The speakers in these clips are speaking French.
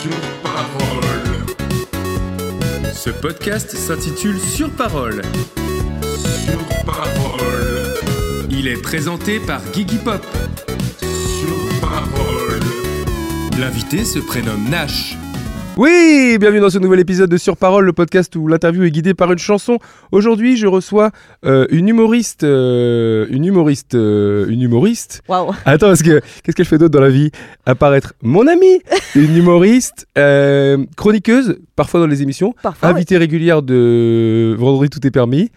Sur parole. Ce podcast s'intitule Sur parole. Sur parole. Il est présenté par Gigi Pop. Sur parole. L'invité se prénomme Nash. Oui, bienvenue dans ce nouvel épisode de Sur Parole, le podcast où l'interview est guidée par une chanson. Aujourd'hui, je reçois euh, une humoriste, euh, une humoriste, euh, une humoriste. Waouh. Attends, parce que qu'est-ce qu'elle fait d'autre dans la vie Apparaître mon amie, une humoriste, euh, chroniqueuse, parfois dans les émissions, Parfois. invitée régulière de Vendredi Tout est permis.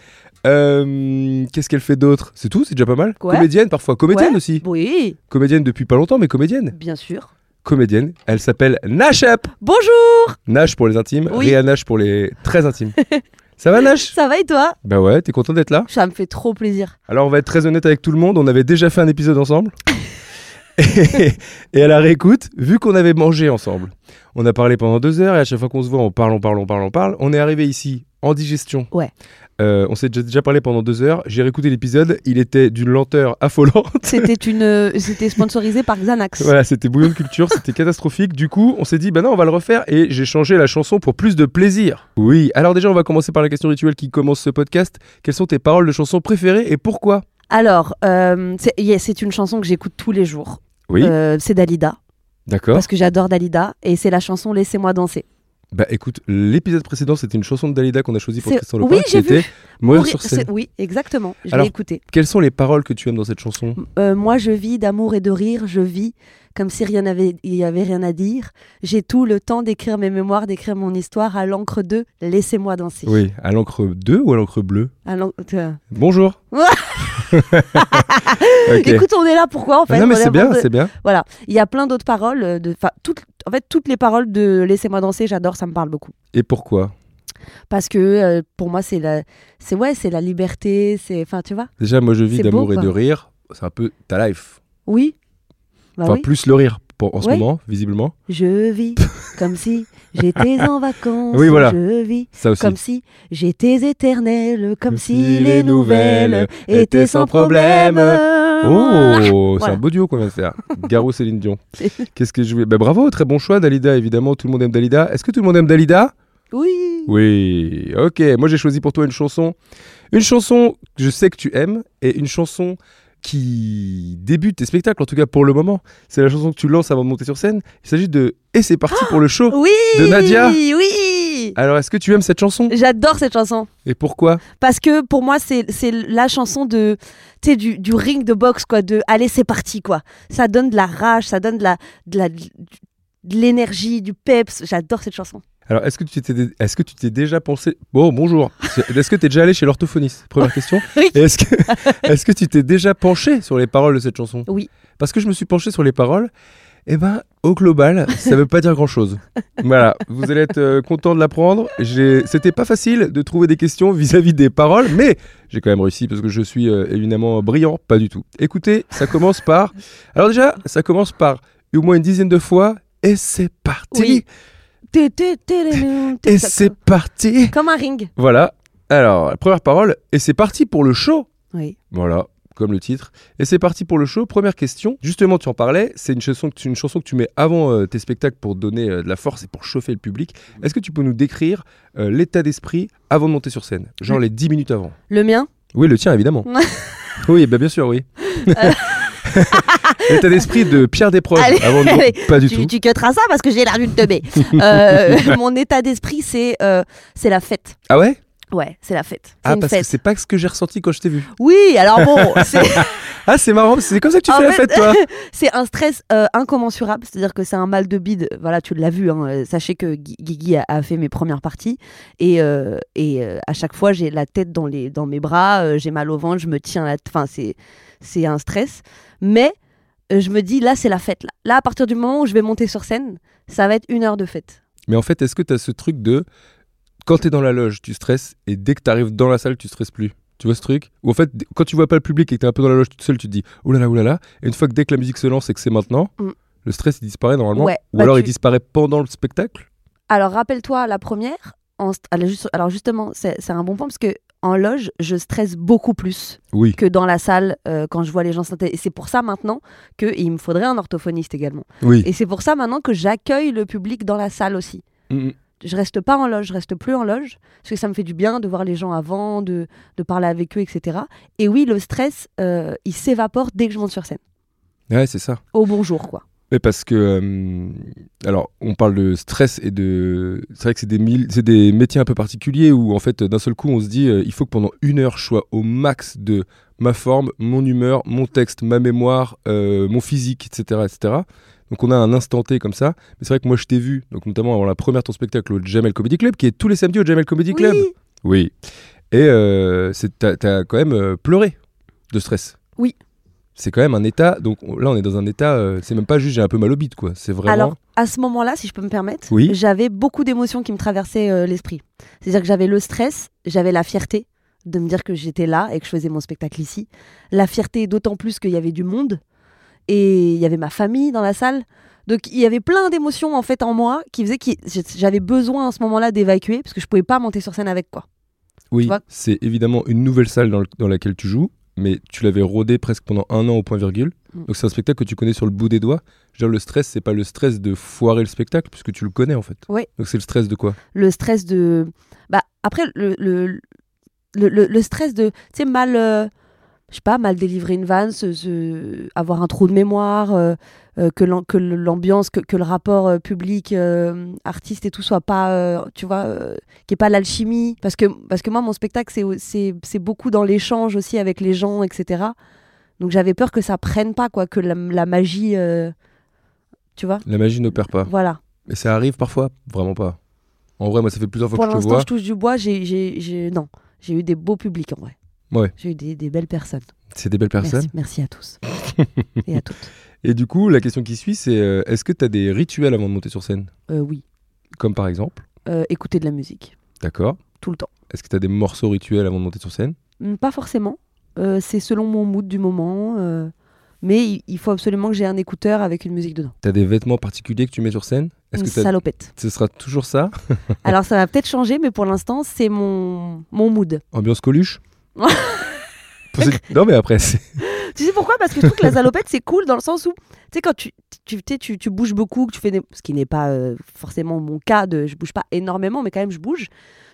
Euh, qu'est-ce qu'elle fait d'autre C'est tout, c'est déjà pas mal. Ouais. Comédienne parfois, comédienne Ouais. aussi. Oui, Comédienne depuis pas longtemps, mais comédienne. bien sûr. Comédienne, elle s'appelle Nachep. Bonjour. Nash pour les intimes, Oui. Réa Nash pour les très intimes. Ça va Nash Ça va et toi Bah ouais, t'es content d'être là Ça me fait trop plaisir. Alors on va être très honnête avec tout le monde, on avait déjà fait un épisode ensemble. et, et à la réécoute, vu qu'on avait mangé ensemble, on a parlé pendant deux heures et à chaque fois qu'on se voit, on parle, on parle, on parle, on parle. On est arrivé ici en digestion. Ouais. Euh, on s'est déjà- déjà parlé pendant deux heures, j'ai réécouté l'épisode, il était d'une lenteur affolante. C'était une, euh, c'était sponsorisé par Xanax. Voilà, c'était bouillon de culture, c'était catastrophique. Du coup, on s'est dit, bah non, on va le refaire et j'ai changé la chanson pour plus de plaisir. Oui, alors déjà, on va commencer par la question rituelle qui commence ce podcast. Quelles sont tes paroles de chansons préférées et pourquoi Alors, euh, c'est yeah, c'est une chanson que j'écoute tous les jours. Oui, Oh. Euh, c'est Dalida d'accord. parce que j'adore Dalida et c'est la chanson Laissez-moi danser. Bah écoute, l'épisode précédent, c'était une chanson de Dalida qu'on a choisie pour C'est- Tristan Oui, Lepin qui j'ai vu. était Mourir Mourir- sur scène. c'est- Oui, exactement. Je Alors- l'ai écoutée. Quelles sont les paroles que tu aimes dans cette chanson Euh, moi, je vis d'amour et de rire. Je vis comme si rien n'avait, il y avait rien à dire. J'ai tout le temps d'écrire mes mémoires, d'écrire mon histoire à l'encre de Laissez-moi danser. Oui, à l'encre 2 ou à l'encre bleue À l'en- euh, Bonjour Ok. Ah Écoute, on est là pourquoi en fait non mais On est c'est bien, vraiment- c'est bien. Voilà, il y a plein d'autres paroles. euh, De, enfin, toutes, en fait, toutes les paroles de Laissez-moi danser, j'adore, ça me parle beaucoup. Et pourquoi Parce que euh, pour moi, c'est la, c'est ouais, c'est la liberté. C'est, enfin, tu vois. Déjà, moi je vis C'est beau, d'amour et quoi. de rire. C'est un peu ta life. Oui. Bah Enfin, oui. plus le rire pour- en ce Ouais. moment, visiblement. Je vis comme si j'étais en vacances. Oui, voilà. Je vis Ça aussi. comme si j'étais éternelle, comme si les nouvelles étaient sans problème. Oh, c'est Voilà. un beau duo qu'on vient de faire. Garou Céline Dion. Qu'est-ce que je voulais bah, Bravo, très bon choix, Dalida. Évidemment, tout le monde aime Dalida. Est-ce que tout le monde aime Dalida Oui. Oui. Ok. Moi, j'ai choisi pour toi une chanson, une chanson que je sais que tu aimes et une chanson qui débute tes spectacles, en tout cas pour le moment. C'est la chanson que tu lances avant de monter sur scène. Il s'agit de Et c'est parti pour le show. Oui. De Nadia Ah. Oui. Alors, est-ce que tu aimes cette chanson J'adore cette chanson. Et pourquoi Parce que pour moi, c'est c'est la chanson de, tu sais, du, du ring de boxe, quoi, de allez, c'est parti, quoi. Ça donne de la rage, ça donne de la- de la- de l'énergie, du peps. J'adore cette chanson. Alors, est-ce que tu t'es, est-ce que tu t'es déjà pensé, bon, bonjour, est-ce que tu es déjà allé chez l'orthophoniste Première question. Oui. Et Est-ce que, est-ce que tu t'es déjà penché sur les paroles de cette chanson Oui. Parce que je me suis penché sur les paroles. Eh ben, au global, ça veut pas dire grand-chose. Voilà, vous allez être euh, content de l'apprendre. J'ai, c'était pas facile de trouver des questions vis-à-vis des paroles, mais j'ai quand même réussi parce que je suis euh, évidemment brillant, pas du tout. Écoutez, ça commence par. Alors déjà, ça commence par au moins une dizaine de fois. Et c'est parti. Oui. Té, té, té, lé, lé, té, Et ça- c'est parti Comme un ring. Voilà. Alors, la première parole, et c'est parti pour le show Oui. Voilà, comme le titre. Et c'est parti pour le show. Première question. Justement, tu en parlais, c'est une chanson, que tu- une chanson que tu mets avant euh, tes spectacles pour donner euh, de la force et pour chauffer le public. Est-ce que tu peux nous décrire euh, l'état d'esprit avant de monter sur scène Genre les 10 minutes avant Le mien Oui, le tien, évidemment. oui, bah, bien sûr, oui. l'état d'esprit de Pierre Desproges Allez, avant de... allez, Pas du tu, tout. tu cutteras ça parce que j'ai l'air d'une teubée. Euh, mon état d'esprit, c'est euh, c'est la fête. Ah ouais Ouais, c'est la fête. C'est Ah, une parce que fête. c'est pas ce que j'ai ressenti quand je t'ai vu. Oui, alors bon, c'est. Ah, c'est marrant, c'est comme ça que tu En fais fait- la fête, toi C'est un stress euh, incommensurable, c'est-à-dire que c'est un mal de bide. Voilà, tu l'as vu. hein, euh, Sachez que Gui- Guigui a, a fait mes premières parties et, euh, et euh, à chaque fois j'ai la tête dans, les, dans mes bras, euh, j'ai mal au ventre, je me tiens la. Enfin, c'est c'est un stress, mais euh, je me dis, là, c'est la fête. Là. là, à partir du moment où je vais monter sur scène, ça va être une heure de fête. Mais en fait, est-ce que tu as ce truc de quand tu es dans la loge, tu stresses et dès que tu arrives dans la salle, tu stresses plus Tu vois ce truc Ou en fait, d- quand tu vois pas le public et que tu es un peu dans la loge toute seule, tu te dis oulala, oulala. Et une fois que dès que la musique se lance et que c'est maintenant, Mm. le stress il disparaît normalement. Ouais, Ou bah, alors il tu- disparaît pendant le spectacle Alors, rappelle-toi, la première, en st- alors, juste- alors justement, c'est c'est un bon point parce que en loge, je stresse beaucoup plus Oui. que dans la salle euh, quand je vois les gens s'intéresser. Et c'est pour ça maintenant qu'il me faudrait un orthophoniste également. Oui. Et c'est pour ça maintenant que j'accueille le public dans la salle aussi. Mm, mm. Je reste pas en loge, je reste plus en loge, parce que ça me fait du bien de voir les gens avant, de, de parler avec eux, etc. Et oui, le stress, euh, il s'évapore dès que je monte sur scène. Ouais, c'est ça. Au bonjour, quoi. Mais parce que. euh, alors, on parle de stress et de. C'est vrai que c'est des, mille- c'est des métiers un peu particuliers où, en fait, d'un seul coup, on se dit euh, il faut que pendant une heure, je sois au max de ma forme, mon humeur, mon texte, ma mémoire, euh, mon physique, etc., etc. Donc, on a un instant T comme ça. Mais c'est vrai que moi, je t'ai vu, donc notamment avant la première de ton spectacle au Jamel Comedy Club, qui est tous les samedis au Jamel Comedy Club. Oui, Oui. Et euh, c'est- t'as t'as quand même euh, pleuré de stress. Oui. C'est quand même un état. Donc on- là, on est dans un état. euh, c'est même pas juste j'ai un peu mal au bide, quoi. C'est vraiment. Alors, à ce moment-là, si je peux me permettre, Oui. j'avais beaucoup d'émotions qui me traversaient euh, l'esprit. C'est-à-dire que j'avais le stress, j'avais la fierté de me dire que j'étais là et que je faisais mon spectacle ici. La fierté d'autant plus qu'il y avait du monde et il y avait ma famille dans la salle. Donc il y avait plein d'émotions en fait en moi qui faisaient que j'avais besoin à ce moment-là d'évacuer parce que je pouvais pas monter sur scène avec quoi. oui. tu vois- C'est évidemment une nouvelle salle dans, le- dans laquelle tu joues, mais tu l'avais rodé presque pendant un an au point virgule. Mm. Donc c'est un spectacle que tu connais sur le bout des doigts. Je veux dire, le stress, c'est pas le stress de foirer le spectacle, puisque tu le connais en fait. Oui. Donc c'est le stress de quoi le stress de bah après le le, le, le- le stress de tu sais mal euh, je sais pas mal délivrer une vanne se- se- avoir un trou de mémoire euh, euh, que l'am- que l'ambiance que, que le rapport euh, public euh, artiste et tout soit pas euh, tu vois euh, qu'il n'y ait pas l'alchimie parce que parce que moi mon spectacle c'est au- c'est c'est beaucoup dans l'échange aussi avec les gens etc donc j'avais peur que ça prenne pas quoi que la, la magie euh, tu vois La magie n'opère pas. voilà Et ça arrive parfois Vraiment pas. En vrai, moi, ça fait plusieurs fois Pour que je te l'instant, vois. je touche du bois. J'ai, j'ai, j'ai- non, j'ai eu des beaux publics en vrai. Ouais. J'ai eu des, des belles personnes. C'est des belles personnes. Merci, merci à tous et à toutes. Et du coup, la question qui suit, c'est euh, est-ce que tu as des rituels avant de monter sur scène Euh, oui, Comme par exemple, Euh, écouter de la musique d'accord. tout le temps. Est-ce que tu as des morceaux rituels avant de monter sur scène Hmm, Pas forcément. Euh, c'est selon mon mood du moment. euh, mais il, il faut absolument que j'ai un écouteur avec une musique dedans. Tu as des vêtements particuliers que tu mets sur scène Est-ce Une que t'as- salopette. ce sera toujours ça Alors ça va peut-être changer, mais pour l'instant, c'est mon, mon mood. Ambiance coluche Parce que- Non mais après, c'est- Tu sais pourquoi Parce que je trouve que la salopette, c'est cool dans le sens où, tu sais, quand tu, tu, tu sais, tu, tu bouges beaucoup, que tu fais des... ce qui n'est pas euh, forcément mon cas, de, je bouge pas énormément, mais quand même, je bouge.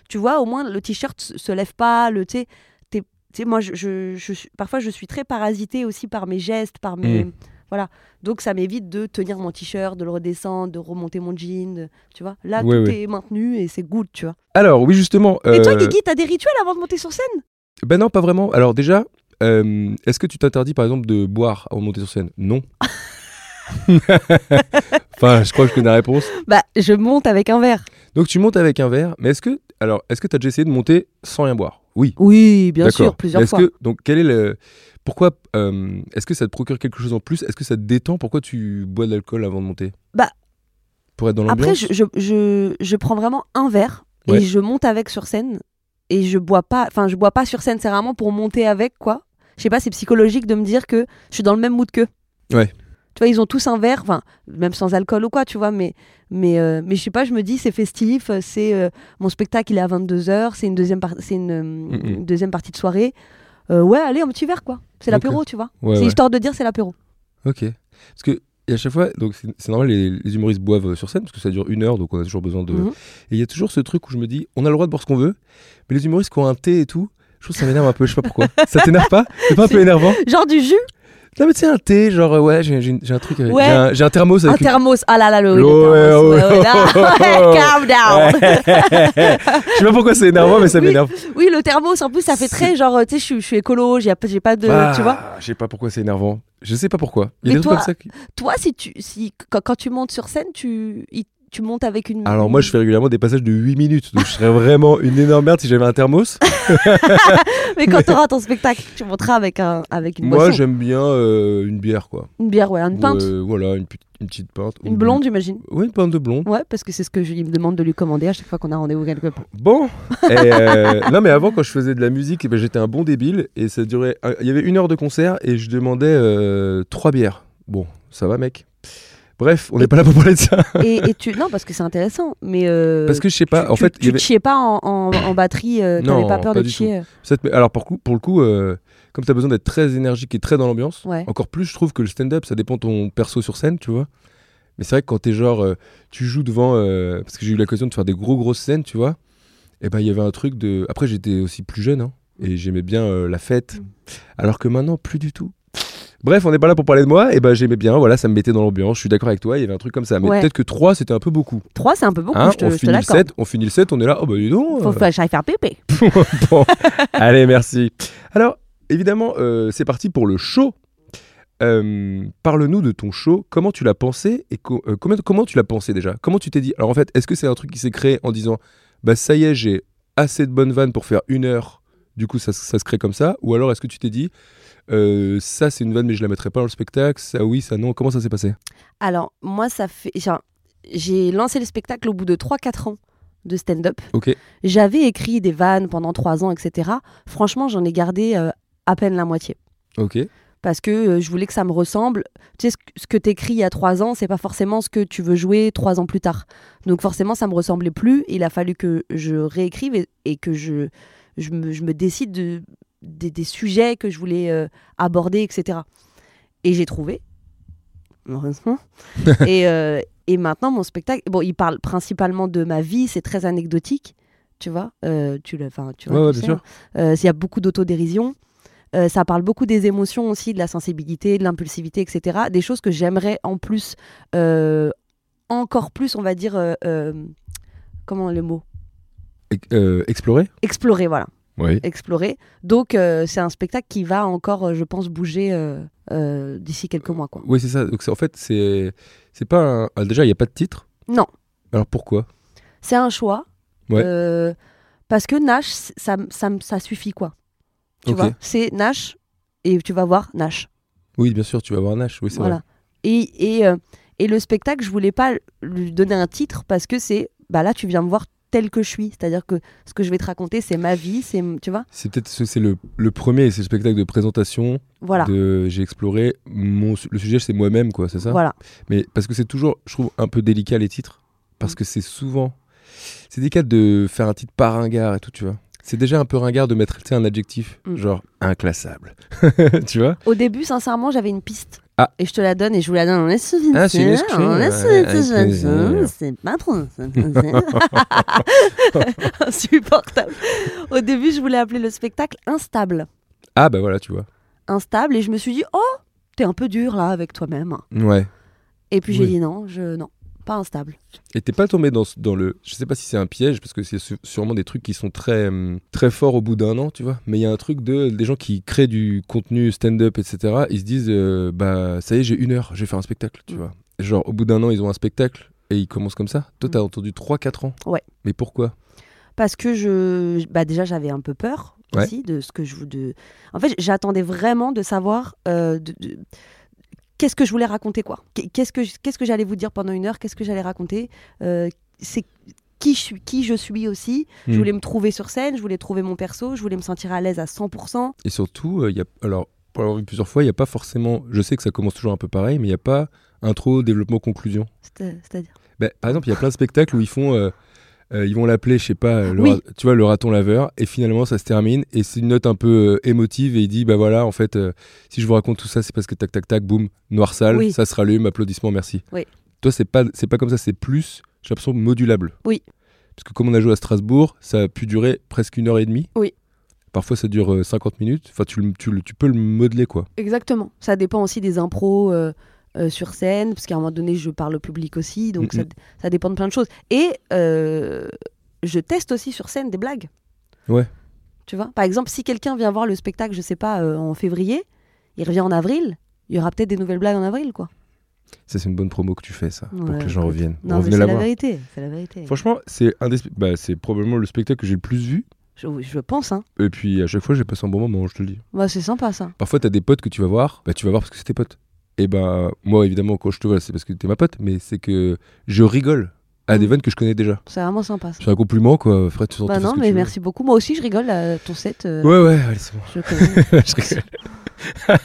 Tu vois, au moins, le t-shirt se, se lève pas, le, tu sais, t'es- tu sais, moi, je, je- je suis- parfois, je suis très parasitée aussi par mes gestes, par mes... Mmh. Voilà. Donc, ça m'évite de tenir mon t-shirt, de le redescendre, de remonter mon jean, de- tu vois. Là, Ouais, tout ouais. est maintenu et c'est good, tu vois. Alors oui justement... Et toi, euh, Guigui, t'as des rituels avant de monter sur scène Ben non, pas vraiment. Alors déjà, euh, est-ce que tu t'interdis par exemple de boire avant de monter sur scène Non. enfin, je crois que je connais la réponse. Bah, je monte avec un verre. Donc tu montes avec un verre, mais est-ce que... Alors, est-ce que tu as déjà essayé de monter sans rien boire Oui. Oui, bien D'accord. sûr, plusieurs Est-ce fois. Que, donc, quel est le. Pourquoi. euh, Est-ce que ça te procure quelque chose en plus Est-ce que ça te détend Pourquoi tu bois de l'alcool avant de monter Bah, Pour être dans l'ambiance Après, je, je, je, je prends vraiment un verre Ouais. et je monte avec sur scène. Et je bois pas, enfin, je bois pas sur scène, c'est vraiment pour monter avec, quoi. Je sais pas, c'est psychologique de me dire que je suis dans le même mood qu'eux. Ouais. Tu vois, ils ont tous un verre, enfin, même sans alcool ou quoi, tu vois, mais, mais, euh, mais je sais pas, je me dis, c'est festif, euh, c'est euh, mon spectacle, il est à 22h, c'est une, deuxième, par- c'est une, euh, une deuxième partie de soirée. Euh, ouais, allez, un petit verre, quoi. C'est Ok. l'apéro, tu vois. Ouais, c'est ouais. histoire de dire, c'est l'apéro. Ok. Parce que. Et à chaque fois, donc c'est- c'est normal, les, les humoristes boivent euh, sur scène parce que ça dure une heure, donc on a toujours besoin de. Mhm. Et il y a toujours ce truc où je me dis, on a le droit de boire ce qu'on veut, mais les humoristes qui ont un thé et tout, je trouve que ça m'énerve un peu, je sais pas pourquoi. ça t'énerve pas C'est pas un peu Si. énervant Genre du jus, Non, mais tu sais, un thé, genre, euh, ouais, j'ai j'ai une- j'ai un truc. euh, Ouais. J'ai un, j'ai un thermos un avec une- thermos. Ah là là, le, oui, le Ouais, thermos. ouais, Ouais, ouais, là, ouais. calm down. je sais pas pourquoi c'est énervant, mais ça Oui. m'énerve. Oui, le thermos, en plus, ça fait C'est- très genre, euh, tu sais, je suis- je suis écolo, j'ai j'ai pas de. Ah, Euh, Tu vois Je sais pas pourquoi c'est énervant. Je sais pas pourquoi. Il y a des Mais trucs toi- comme ça qui- Toi, si tu, si, quand, quand tu montes sur scène, tu, il- tu montes avec une. Alors moi je fais régulièrement des passages de 8 minutes, donc je serais vraiment une énorme merde si j'avais un thermos. Mais quand tu auras ton spectacle, tu monteras avec un avec une moi boisson. j'aime bien euh, une bière quoi. Une bière, ouais, une Ou, pinte, euh, voilà, une, petite- une petite pinte. Ou une blonde, j'imagine. Oui, une pinte de blonde. Ouais, parce que c'est ce que je il me demande de lui commander à chaque fois qu'on a rendez-vous quelque part. Bon. Et, euh, non, mais avant, quand je faisais de la musique, eh ben, j'étais un bon débile et ça durait. euh, Il y avait une heure de concert et je demandais euh, trois bières. Bon, ça va, mec. Bref, on n'est pas là pour parler de Euh, ça. et, et tu non, parce que c'est intéressant, mais euh, Parce que je sais tu, pas. en tu- fait, il y tu avait- chiais pas en, en- en batterie, euh, t'avais Non, pas peur pas de du chier. cette- mais alors pour, coup- pour le coup, euh, comme tu as besoin d'être très énergique et très dans l'ambiance, Ouais. encore plus, je trouve que le stand-up, ça dépend de ton perso sur scène, tu vois. Mais c'est vrai que quand t'es genre, euh, tu joues devant, euh, parce que j'ai eu l'occasion de faire des gros grosses scènes, tu vois. Et ben il y avait un truc de. Après j'étais aussi plus jeune, hein, Mm. et j'aimais bien euh, la fête, alors que maintenant plus du tout. Bref, on n'est pas là pour parler de moi. Et ben j'aimais bien, voilà, ça me mettait dans l'ambiance. Je suis d'accord avec toi. Il y avait un truc comme ça, mais Ouais. peut-être que 3 c'était un peu beaucoup. Trois, c'est un peu beaucoup, Hein, je te, on je te finit le l'accorde. 7, on finit le 7, on est là. Oh bah dis donc. Faut euh, que j'aille faire pépé. Bon, allez, merci. Alors, évidemment, euh, c'est parti pour le show. Euh, Parle-nous de ton show. Comment tu l'as pensé et co- euh, comment, comment tu l'as pensé déjà Comment tu t'es dit Alors en fait, est-ce que c'est un truc qui s'est créé en disant bah ça y est, j'ai assez de bonnes vannes pour faire une heure. Du coup, ça, ça se crée comme ça. Ou alors est-ce que tu t'es dit euh, ça c'est une vanne mais je la mettrai pas dans le spectacle. Ça oui, ça non. Comment ça s'est passé Alors, moi, ça fait. genre, J'ai lancé le spectacle au bout de 3-4 ans de stand-up. Ok. J'avais écrit des vannes pendant 3 ans, etc. Franchement, j'en ai gardé euh, à peine la moitié. Ok. Parce que euh, je voulais que ça me ressemble. Tu sais, ce que- ce que t'écris il y a 3 ans, c'est pas forcément ce que tu veux jouer 3 ans plus tard. Donc, forcément, ça me ressemblait plus. Il a fallu que je réécrive et, et que je, je, me, je me décide de, des, des sujets que je voulais euh, aborder, etc. Et j'ai trouvé, heureusement. et, euh, et maintenant, mon spectacle, bon, il parle principalement de ma vie, c'est très anecdotique, tu vois. euh, tu le, enfin, tu vois. Ouais, ouais, bien tu sais, sûr. hein. Euh, Il y a beaucoup d'autodérision. Euh, ça parle beaucoup des émotions aussi, de la sensibilité, de l'impulsivité, etc. Des choses que j'aimerais en plus, euh, encore plus, on va dire, euh, euh, comment le mot E- euh, explorer. Explorer, voilà Oui. explorer. Donc, euh, c'est un spectacle qui va encore, euh, je pense, bouger euh, euh, d'ici quelques mois. Quoi. Oui, c'est ça. Donc c'est- en fait, c'est c'est pas un- ah, déjà il y a pas de titre. Non. Alors pourquoi C'est un choix. Ouais. Euh, parce que Nash, c- ça, m- ça, m- ça suffit, quoi. Tu Ok. vois C'est Nash, et tu vas voir Nash. Oui, bien sûr, tu vas voir Nash. Oui, c'est Voilà. vrai. Et, et, euh, et le spectacle, je voulais pas lui donner un titre parce que c'est, bah là, tu viens me voir tel que je suis. C'est-à-dire que ce que je vais te raconter, c'est ma vie, c'est, tu vois C'est peut-être ce- c'est le, le premier, c'est le spectacle de présentation. Voilà. De, j'ai exploré mon su- le sujet, c'est moi-même, quoi, c'est ça. Voilà. Mais parce que c'est toujours, je trouve, un peu délicat les titres, Mm. parce que c'est souvent, c'est délicat de faire un titre par ringard et tout, tu vois. C'est déjà un peu ringard de mettre, tu sais, un adjectif, Mm. genre inclassable, tu vois. Au début, sincèrement, j'avais une piste. Ah. Et je te la donne et je vous la donne. On est suivi. Ah, c'est une exclu, On est ouais, suivi. avec plaisir. C'est pas trop. c'est pas trop. Insupportable. Au début, je voulais appeler le spectacle Instable. Ah bah voilà, tu vois. Instable. Et je me suis dit, oh, t'es un peu dur là avec toi-même. Ouais. Et puis j'ai Oui. dit, non, je, non, pas instable. Et t'es pas tombé dans, ce- dans le. Je sais pas si c'est un piège, parce que c'est su- sûrement des trucs qui sont très, hum, très forts au bout d'un an, tu vois. Mais il y a un truc de. Des gens qui créent du contenu stand-up, etc. Ils se disent, euh, bah, ça y est, j'ai une heure, je vais faire un spectacle, tu Mm. vois. Genre, au bout d'un an, ils ont un spectacle et ils commencent comme ça. Toi, t'as entendu 3-4 ans. Mm. Ouais. Mais pourquoi parce que je bah déjà j'avais un peu peur Ouais. aussi de ce que je vou- de en fait j'attendais vraiment de savoir euh, de- de- qu'est-ce que je voulais raconter quoi Qu- qu'est-ce que je- qu'est-ce que j'allais vous dire pendant une heure qu'est-ce que j'allais raconter Euh, c'est qui je suis qui je suis aussi Hmm. je voulais me trouver sur scène je voulais trouver mon perso je voulais me sentir à l'aise à 100% Et surtout, euh, il y a. Alors, pour l'avoir vu plusieurs fois, il n'y a pas forcément. Je sais que ça commence toujours un peu pareil, mais il n'y a pas intro, développement, conclusion. C'est- c'est-à-dire Bah, par exemple, il y a plein de spectacles où ils font. euh, euh, ils vont l'appeler, je sais pas, euh, le Oui. ra- tu vois, le raton laveur, et finalement ça se termine, et c'est une note un peu euh, émotive, et il dit, bah voilà, en fait, euh, si je vous raconte tout ça, c'est parce que tac, tac, tac, boum, noir sale, Oui. ça se rallume, applaudissements, merci. Oui. Toi, c'est pas, c'est pas comme ça, c'est plus, j'ai l'impression, modulable. Oui. Parce que comme on a joué à Strasbourg, ça a pu durer presque une heure et demie. Oui. Parfois ça dure euh, 50 minutes, enfin, tu, le- tu, le- tu peux le modeler, quoi. Exactement. ça dépend aussi des impros euh, euh, sur scène, parce qu'à un moment donné, je parle au public aussi, donc ça, Mhm. ça dépend de plein de choses. Et euh, je teste aussi sur scène des blagues. Ouais. Tu vois Par exemple, si quelqu'un vient voir le spectacle, je sais pas, euh, en février, il revient en avril, il y aura peut-être des nouvelles blagues en avril, quoi. Ça, c'est une bonne promo que tu fais, ça, pour Ouais, que les gens écoute. reviennent. Non, mais Revenez c'est la la, voir. vérité. C'est la vérité. Franchement, c'est un des spe- bah, c'est probablement le spectacle que j'ai le plus vu. Je, je pense, hein. Et puis, à chaque fois, j'ai passé un bon moment, je te le dis. Bah, c'est sympa, ça. Parfois, t'as des potes que tu vas voir, bah, tu vas voir parce que c'est tes potes. Et ben, moi, évidemment, quand je te vois, c'est parce que t'es ma pote, mais c'est que je rigole à des Mm. vannes que je connais déjà. C'est vraiment sympa, ça. C'est un compliment, quoi. Fred, tu sens Bah tu fais ce non, que mais tu veux. merci beaucoup. Moi aussi, je rigole à ton set. euh, Ouais, ouais, allez, c'est bon. Je connais. Je rigole.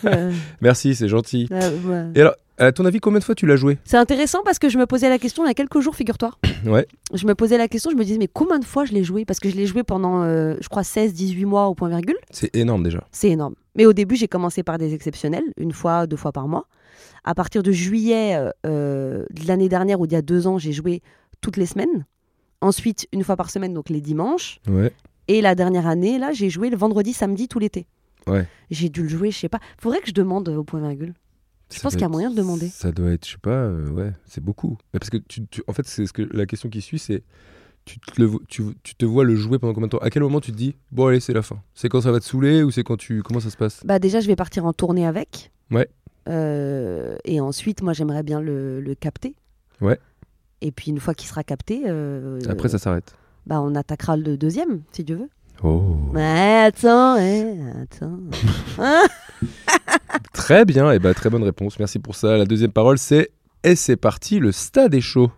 Euh, Merci, c'est gentil. euh, ouais. Et alors, à ton avis, combien de fois tu l'as joué C'est intéressant parce que je me posais la question il y a quelques jours, figure-toi. Ouais. Je me posais la question, je me disais, mais combien de fois je l'ai joué Parce que je l'ai joué pendant, euh, je crois, 16, 18 mois au point virgule. C'est énorme déjà. C'est énorme. Mais au début, j'ai commencé par des exceptionnels, une fois, deux fois par mois. À partir de juillet euh, euh, de l'année dernière ou d'il y a deux ans, j'ai joué toutes les semaines. Ensuite, une fois par semaine, donc les dimanches. Ouais. Et la dernière année, là, j'ai joué le vendredi, samedi, tout l'été. Ouais. J'ai dû le jouer, je sais pas. Faudrait que je demande au point virgule. Je Ça pense doit qu'il y a être- moyen de demander. Ça doit être, je sais pas, euh, ouais, c'est beaucoup. Mais parce que tu, tu- en fait, c'est ce que la question qui suit, c'est tu te, le vo- tu, tu te vois le jouer pendant combien de temps À quel moment tu te dis bon allez c'est la fin C'est quand ça va te saouler ou c'est quand tu comment ça se passe Bah déjà, je vais partir en tournée avec. Ouais. Euh, et ensuite, moi, j'aimerais bien le, le capter. Ouais. Et puis une fois qu'il sera capté, euh, Après ça s'arrête. bah, on attaquera le deuxième, si Dieu veut. bah, Oh. Ouais, attends, ouais, attends. Très bien et bah très bonne réponse. Merci pour ça. La deuxième parole c'est et c'est parti le stade est chaud.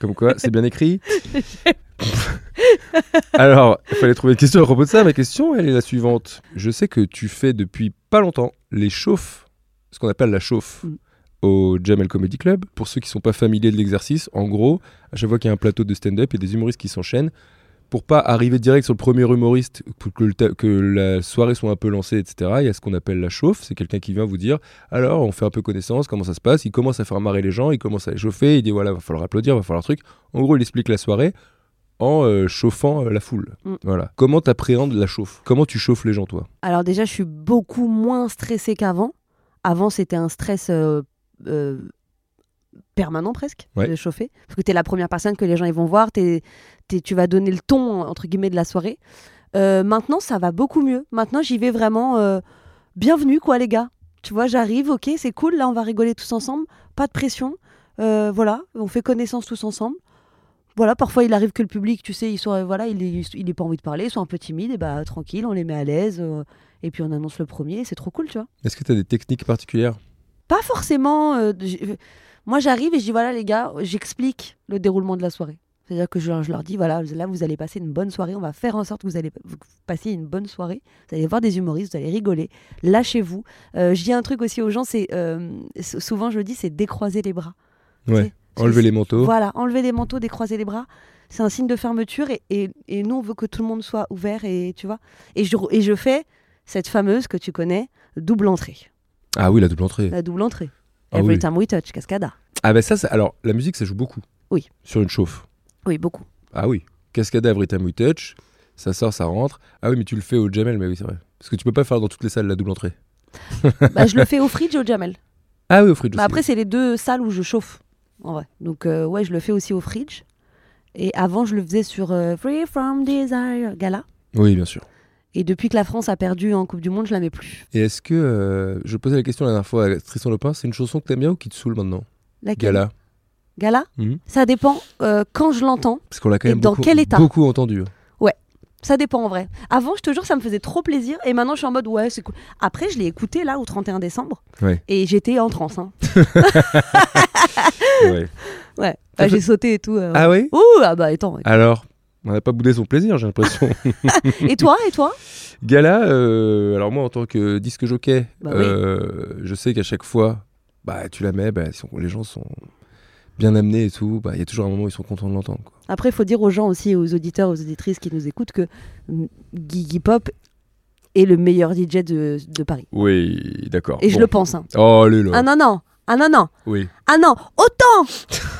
Comme quoi c'est bien écrit. Alors, il fallait trouver une question à propos de ça. Ma question, elle est la suivante. Je sais que tu fais depuis pas longtemps les chauffes, ce qu'on appelle la chauffe, Mm. au Jamel Comedy Club. Pour ceux qui sont pas familiers de l'exercice, en gros, à chaque fois qu'il y a un plateau de stand-up et des humoristes qui s'enchaînent, pour pas arriver direct sur le premier humoriste, pour que, le ta- que la soirée soit un peu lancée, etc., il y a ce qu'on appelle la chauffe. C'est quelqu'un qui vient vous dire alors, on fait un peu connaissance, comment ça se passe Il commence à faire marrer les gens, il commence à les chauffer, il dit voilà, va falloir applaudir, va falloir truc. En gros, il explique la soirée en euh, chauffant euh, la foule. Mm. Voilà. Comment t'appréhendes la chauffe Comment tu chauffes les gens, toi Alors déjà, je suis beaucoup moins stressée qu'avant. Avant, c'était un stress euh, euh, permanent presque, Ouais. de chauffer. Parce que tu es la première personne que les gens ils vont voir, t'es- t'es- tu vas donner le ton, entre guillemets, de la soirée. Euh, maintenant, ça va beaucoup mieux. Maintenant, j'y vais vraiment... euh, bienvenue, quoi, les gars. Tu vois, j'arrive, ok, c'est cool, là, on va rigoler tous ensemble. Pas de pression. Euh, voilà, on fait connaissance tous ensemble. Voilà, parfois il arrive que le public, tu sais, ils sont, voilà, il n'ait il ait pas envie de parler, ils sont un peu timides, et bah tranquille, on les met à l'aise, euh, et puis on annonce le premier, c'est trop cool, tu vois. Est-ce que t'as des techniques particulières Pas forcément. euh, de- j'ai- euh, moi, j'arrive et je dis voilà, les gars, j'explique le déroulement de la soirée. C'est-à-dire que je, leur- je leur dis voilà, là, vous allez passer une bonne soirée, on va faire en sorte que vous allez vous passer une bonne soirée. Vous allez voir des humoristes, vous allez rigoler, lâchez-vous. Euh, je dis un truc aussi aux gens, c'est euh, sou- souvent, je le dis, c'est décroiser les bras. Ouais. Parce Enlever que les manteaux. Voilà, enlever les manteaux, décroiser les bras, c'est un signe de fermeture et, et- et nous on veut que tout le monde soit ouvert et tu vois. Et je, et je fais cette fameuse que tu connais, double entrée. Ah oui, la double entrée. La double entrée. Ah Every oui. time we touch, cascada. Ah ben ça, ça- alors la musique, ça joue beaucoup. Oui. Sur une chauffe. Oui, beaucoup. Ah oui. Cascada, every time we touch. Ça sort, ça rentre. Ah oui, mais tu le fais au Jamel, mais oui, c'est vrai. Parce que tu peux pas faire dans toutes les salles la double entrée. Bah, je le fais au Fridge et au Jamel. Ah oui, au fridge Bah, aussi. après, c'est les deux salles où je chauffe, en vrai. Donc, euh, ouais, je le fais aussi au Fridge. Et avant, je le faisais sur euh, Free From Desire Gala. Oui, bien sûr. Et depuis que la France a perdu en Coupe du Monde, je la mets plus. Et est-ce que, euh, je posais la question la dernière fois à Tristan Lopin, c'est une chanson que t'aimes bien ou qui te saoule maintenant Laquelle Gala. Gala Mhm. Ça dépend euh, quand je l'entends. Parce qu'on l'a quand Et même dans beaucoup, quel état beaucoup entendu. hein. Ça dépend en vrai. Avant, je te jure, ça me faisait trop plaisir. Et maintenant, je suis en mode, ouais, c'est cool. Après, je l'ai écouté là, au 31 décembre. Ouais. Et j'étais en transe. hein. Ouais. T'as Ouais. Bah, fait- j'ai sauté et tout. euh, ah oui Ouh, ah bah attends. Alors, on n'a pas boudé son plaisir, j'ai l'impression. Et toi, et toi Gala, euh, alors moi en tant que disque jockey, Bah euh, je sais qu'à chaque fois, bah tu la mets, bah, ils sont- les gens sont bien amenés et tout, bah il y a toujours un moment où ils sont contents de l'entendre. quoi. Après, il faut dire aux gens aussi, aux auditeurs, aux auditrices qui nous écoutent, que mm, Guigui Pop est le meilleur DJ de, de Paris. Oui, d'accord. Et je Bon. le pense. hein. Oh, allez là. Ah non, non. Ah non, non. Oui. Ah non. Autant,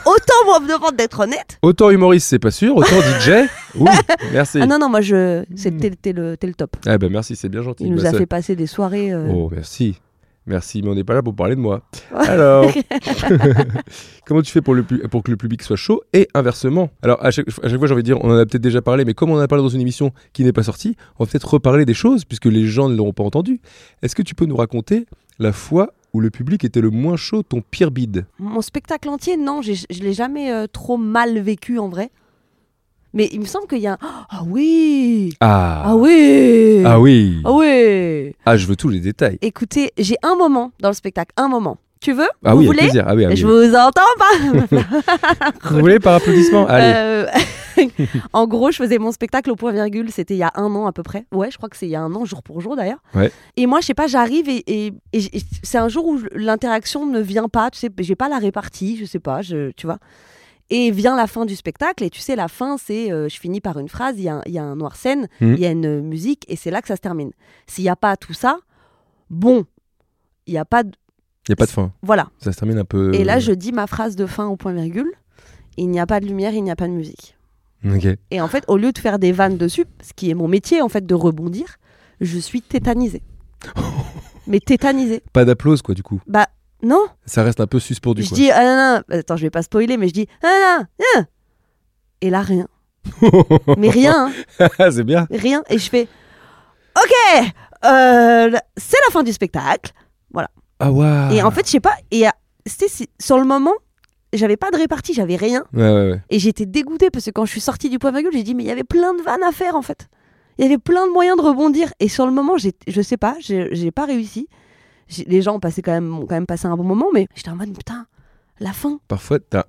autant, moi, me demande d'être honnête. Autant humoriste, c'est pas sûr, autant DJ, oui, merci. Ah non, non, moi, je... c'est t'es le- t'es le, t'es le top. Ah bah merci, c'est bien gentil. Il nous Hmm. Bah, a ça- fait passer des soirées. euh, Oh, merci. Merci, mais on n'est pas là pour parler de moi. Alors, comment tu fais pour, le pu- pour que le public soit chaud et inversement Alors, à chaque, à chaque fois, j'ai envie de dire, on en a peut-être déjà parlé, mais comme on en a parlé dans une émission qui n'est pas sortie, on va peut-être reparler des choses puisque les gens ne l'auront pas entendu. Est-ce que tu peux nous raconter la fois où le public était le moins chaud, ton pire bide Mon spectacle entier, non, j'ai- je l'ai jamais euh, trop mal vécu en vrai. Mais il me semble qu'il y a un... Ah oui Ah, Ah oui Ah oui Ah oui Ah, je veux tous les détails. Écoutez, j'ai un moment dans le spectacle, un moment. Tu veux Ah Vous oui, avec voulez plaisir. Ah oui, ah oui. Je vous entends pas Vous voulez par applaudissement Allez. Euh, en gros, je faisais mon spectacle au point virgule, c'était il y a un an à peu près. Ouais, je crois que c'est il y a un an, jour pour jour d'ailleurs. Ouais. Et moi, je sais pas, j'arrive et, et- et j- et c'est un jour où je- l'interaction ne vient pas, tu sais, j'ai pas la répartie, je sais pas, je, tu vois. Et vient la fin du spectacle, et tu sais, la fin, c'est euh, je finis par une phrase, il y, a un- il y a un noir scène, il Mhm. y a une euh, musique, et c'est là que ça se termine. S'il n'y a pas tout ça, bon, il n'y a pas de. Il n'y a pas de fin. Voilà. Ça se termine un peu. Et là, je dis ma phrase de fin au point virgule il n'y a pas de lumière, il n'y a pas de musique. euh, Ok. Et en fait, au lieu de faire des vannes dessus, ce qui est mon métier en fait de rebondir, je suis tétanisée. Mais tétanisée. Pas d'applause, quoi, du coup. Bah non, Ça reste un peu suspendu, je quoi. dis ah non, non, attends, je vais pas spoiler mais je dis ah non, non. Et là rien. Mais rien, hein, C'est bien. rien et je fais OK, euh, c'est la fin du spectacle. Ah, waouh. Et en fait, je sais pas et à- c'était c'est- sur le moment j'avais pas de répartie, j'avais rien. Ouais, ouais, ouais. Et j'étais dégoûtée parce que quand je suis sortie du point virgule, j'ai dit mais il y avait plein de vannes à faire en fait. Il y avait plein de moyens de rebondir. Et sur le moment, j'ai- je sais pas, j'ai j'ai pas réussi. J'ai- Les gens ont, passé quand même, ont quand même passé un bon moment, mais j'étais en mode putain, la fin. Parfois, t'as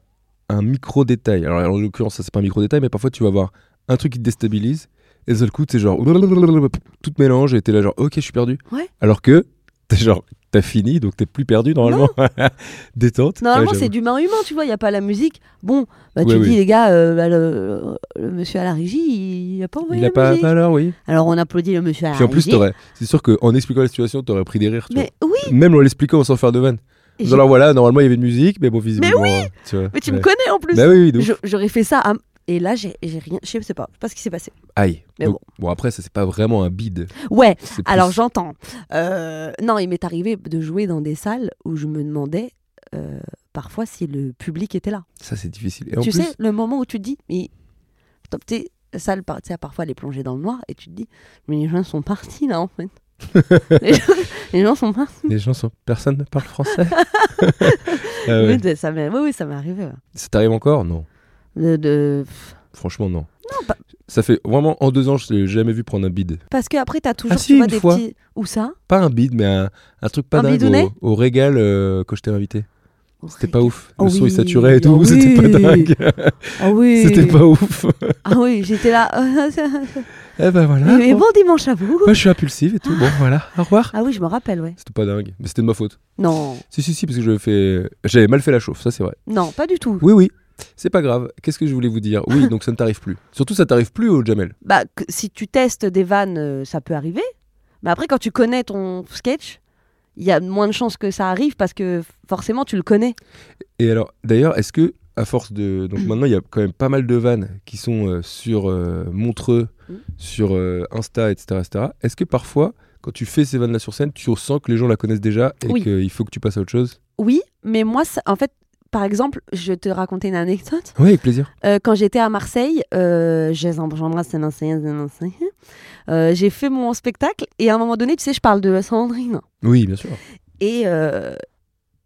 un micro-détail. Alors, en l'occurrence, ça, c'est pas un micro-détail, mais parfois, tu vas voir un truc qui te déstabilise. Et d'un seul coup, t'es genre. Tout te mélange et t'es là, genre, ok, je suis perdu. Ouais. Alors que, t'es genre, t'as fini, donc t'es plus perdu, normalement. Détente. Normalement, Ouais, c'est d'humain à humain, tu vois, il n'y a pas la musique. Bon, bah, tu Ouais, dis oui. les gars, euh, bah, le, le monsieur à la régie, il a pas j'avoue. envoyé Il la a pas. musique. pas Alors, oui. Alors on applaudit le monsieur à la Puis en plus, régie. t'aurais. C'est sûr qu'en expliquant la situation, t'aurais pris des rires, tu Ah, mais oui, vois. Même en l'expliquant sans faire de vanne. et j'ai- Alors voilà, normalement il y avait une musique, mais bon, visiblement. hein, tu vois, mais tu me ouais. connais en plus. Bah oui, oui, de ouf. Je- J'aurais fait ça. à- Et là, j'ai j'ai rien, je sais pas, je sais pas ce qui s'est passé. Aïe. Mais Donc, bon. après, ça c'est pas vraiment un bide. Ouais, C'est plus- Alors j'entends. Euh, non, il m'est arrivé de jouer dans des salles où je me demandais euh, parfois si le public était là. Ça c'est difficile. Et en tu plus, sais, le moment où tu te dis, mais Attends, tu sais, salle, par- tu sais, parfois les plongées dans le noir, et tu te dis, mais les gens sont partis là en fait. les, gens, les gens sont partis. les gens sont. Personne ne parle français. Ah ouais. Oui, ça m'est- oui, oui, ça m'est arrivé. ouais. Ça t'arrive encore Non. De- de- pff, Franchement, non. Non, pas- Ça fait vraiment en deux ans, je t'ai jamais vu prendre un bide. Parce que après, t'as toujours Ah si, tu vois, une des fois. petits. Où ça Pas un bide, mais un, un truc pas Un dingue bidounet au, au régal euh, quand je t'ai invité. C'était pas ouf. Le Oh son oui, il saturait et tout, oh c'était pas oui. dingue. Ah oui. c'était pas ouf. Ah oui, j'étais là. eh ben voilà. mais bon. bon dimanche à vous. Moi je suis impulsive et tout. Bon voilà, au revoir. Ah oui, je me rappelle, ouais. C'était pas dingue, mais c'était de ma faute. Non, Si, si, si, parce que j'avais fait... j'avais mal fait la chauffe, ça c'est vrai. non, pas du tout. Oui, oui, c'est pas grave. Qu'est-ce que je voulais vous dire Oui, donc ça ne t'arrive plus. Surtout, ça t'arrive plus au Jamel. Bah, que- si tu testes des vannes, euh, ça peut arriver. Mais après, quand tu connais ton sketch, il y a moins de chances que ça arrive parce que forcément, tu le connais. Et alors, d'ailleurs, est-ce que, à force de. Mm. Donc maintenant, il y a quand même pas mal de vannes qui sont euh, sur euh, Montreux, Mm. sur euh, Insta, etc. etc. Est-ce que parfois, quand tu fais ces vannes-là sur scène, tu ressens que les gens la connaissent déjà et Oui. qu'il faut que tu passes à autre chose Oui, mais moi, ça- en fait, par exemple, je vais te raconter une anecdote. Oui, avec plaisir. Euh, quand j'étais à Marseille, euh, je les embrasse, un ancien, un ancien. Euh, j'ai fait mon spectacle et à un moment donné, tu sais, je parle de Sandrine. Oui, bien sûr. Et, euh,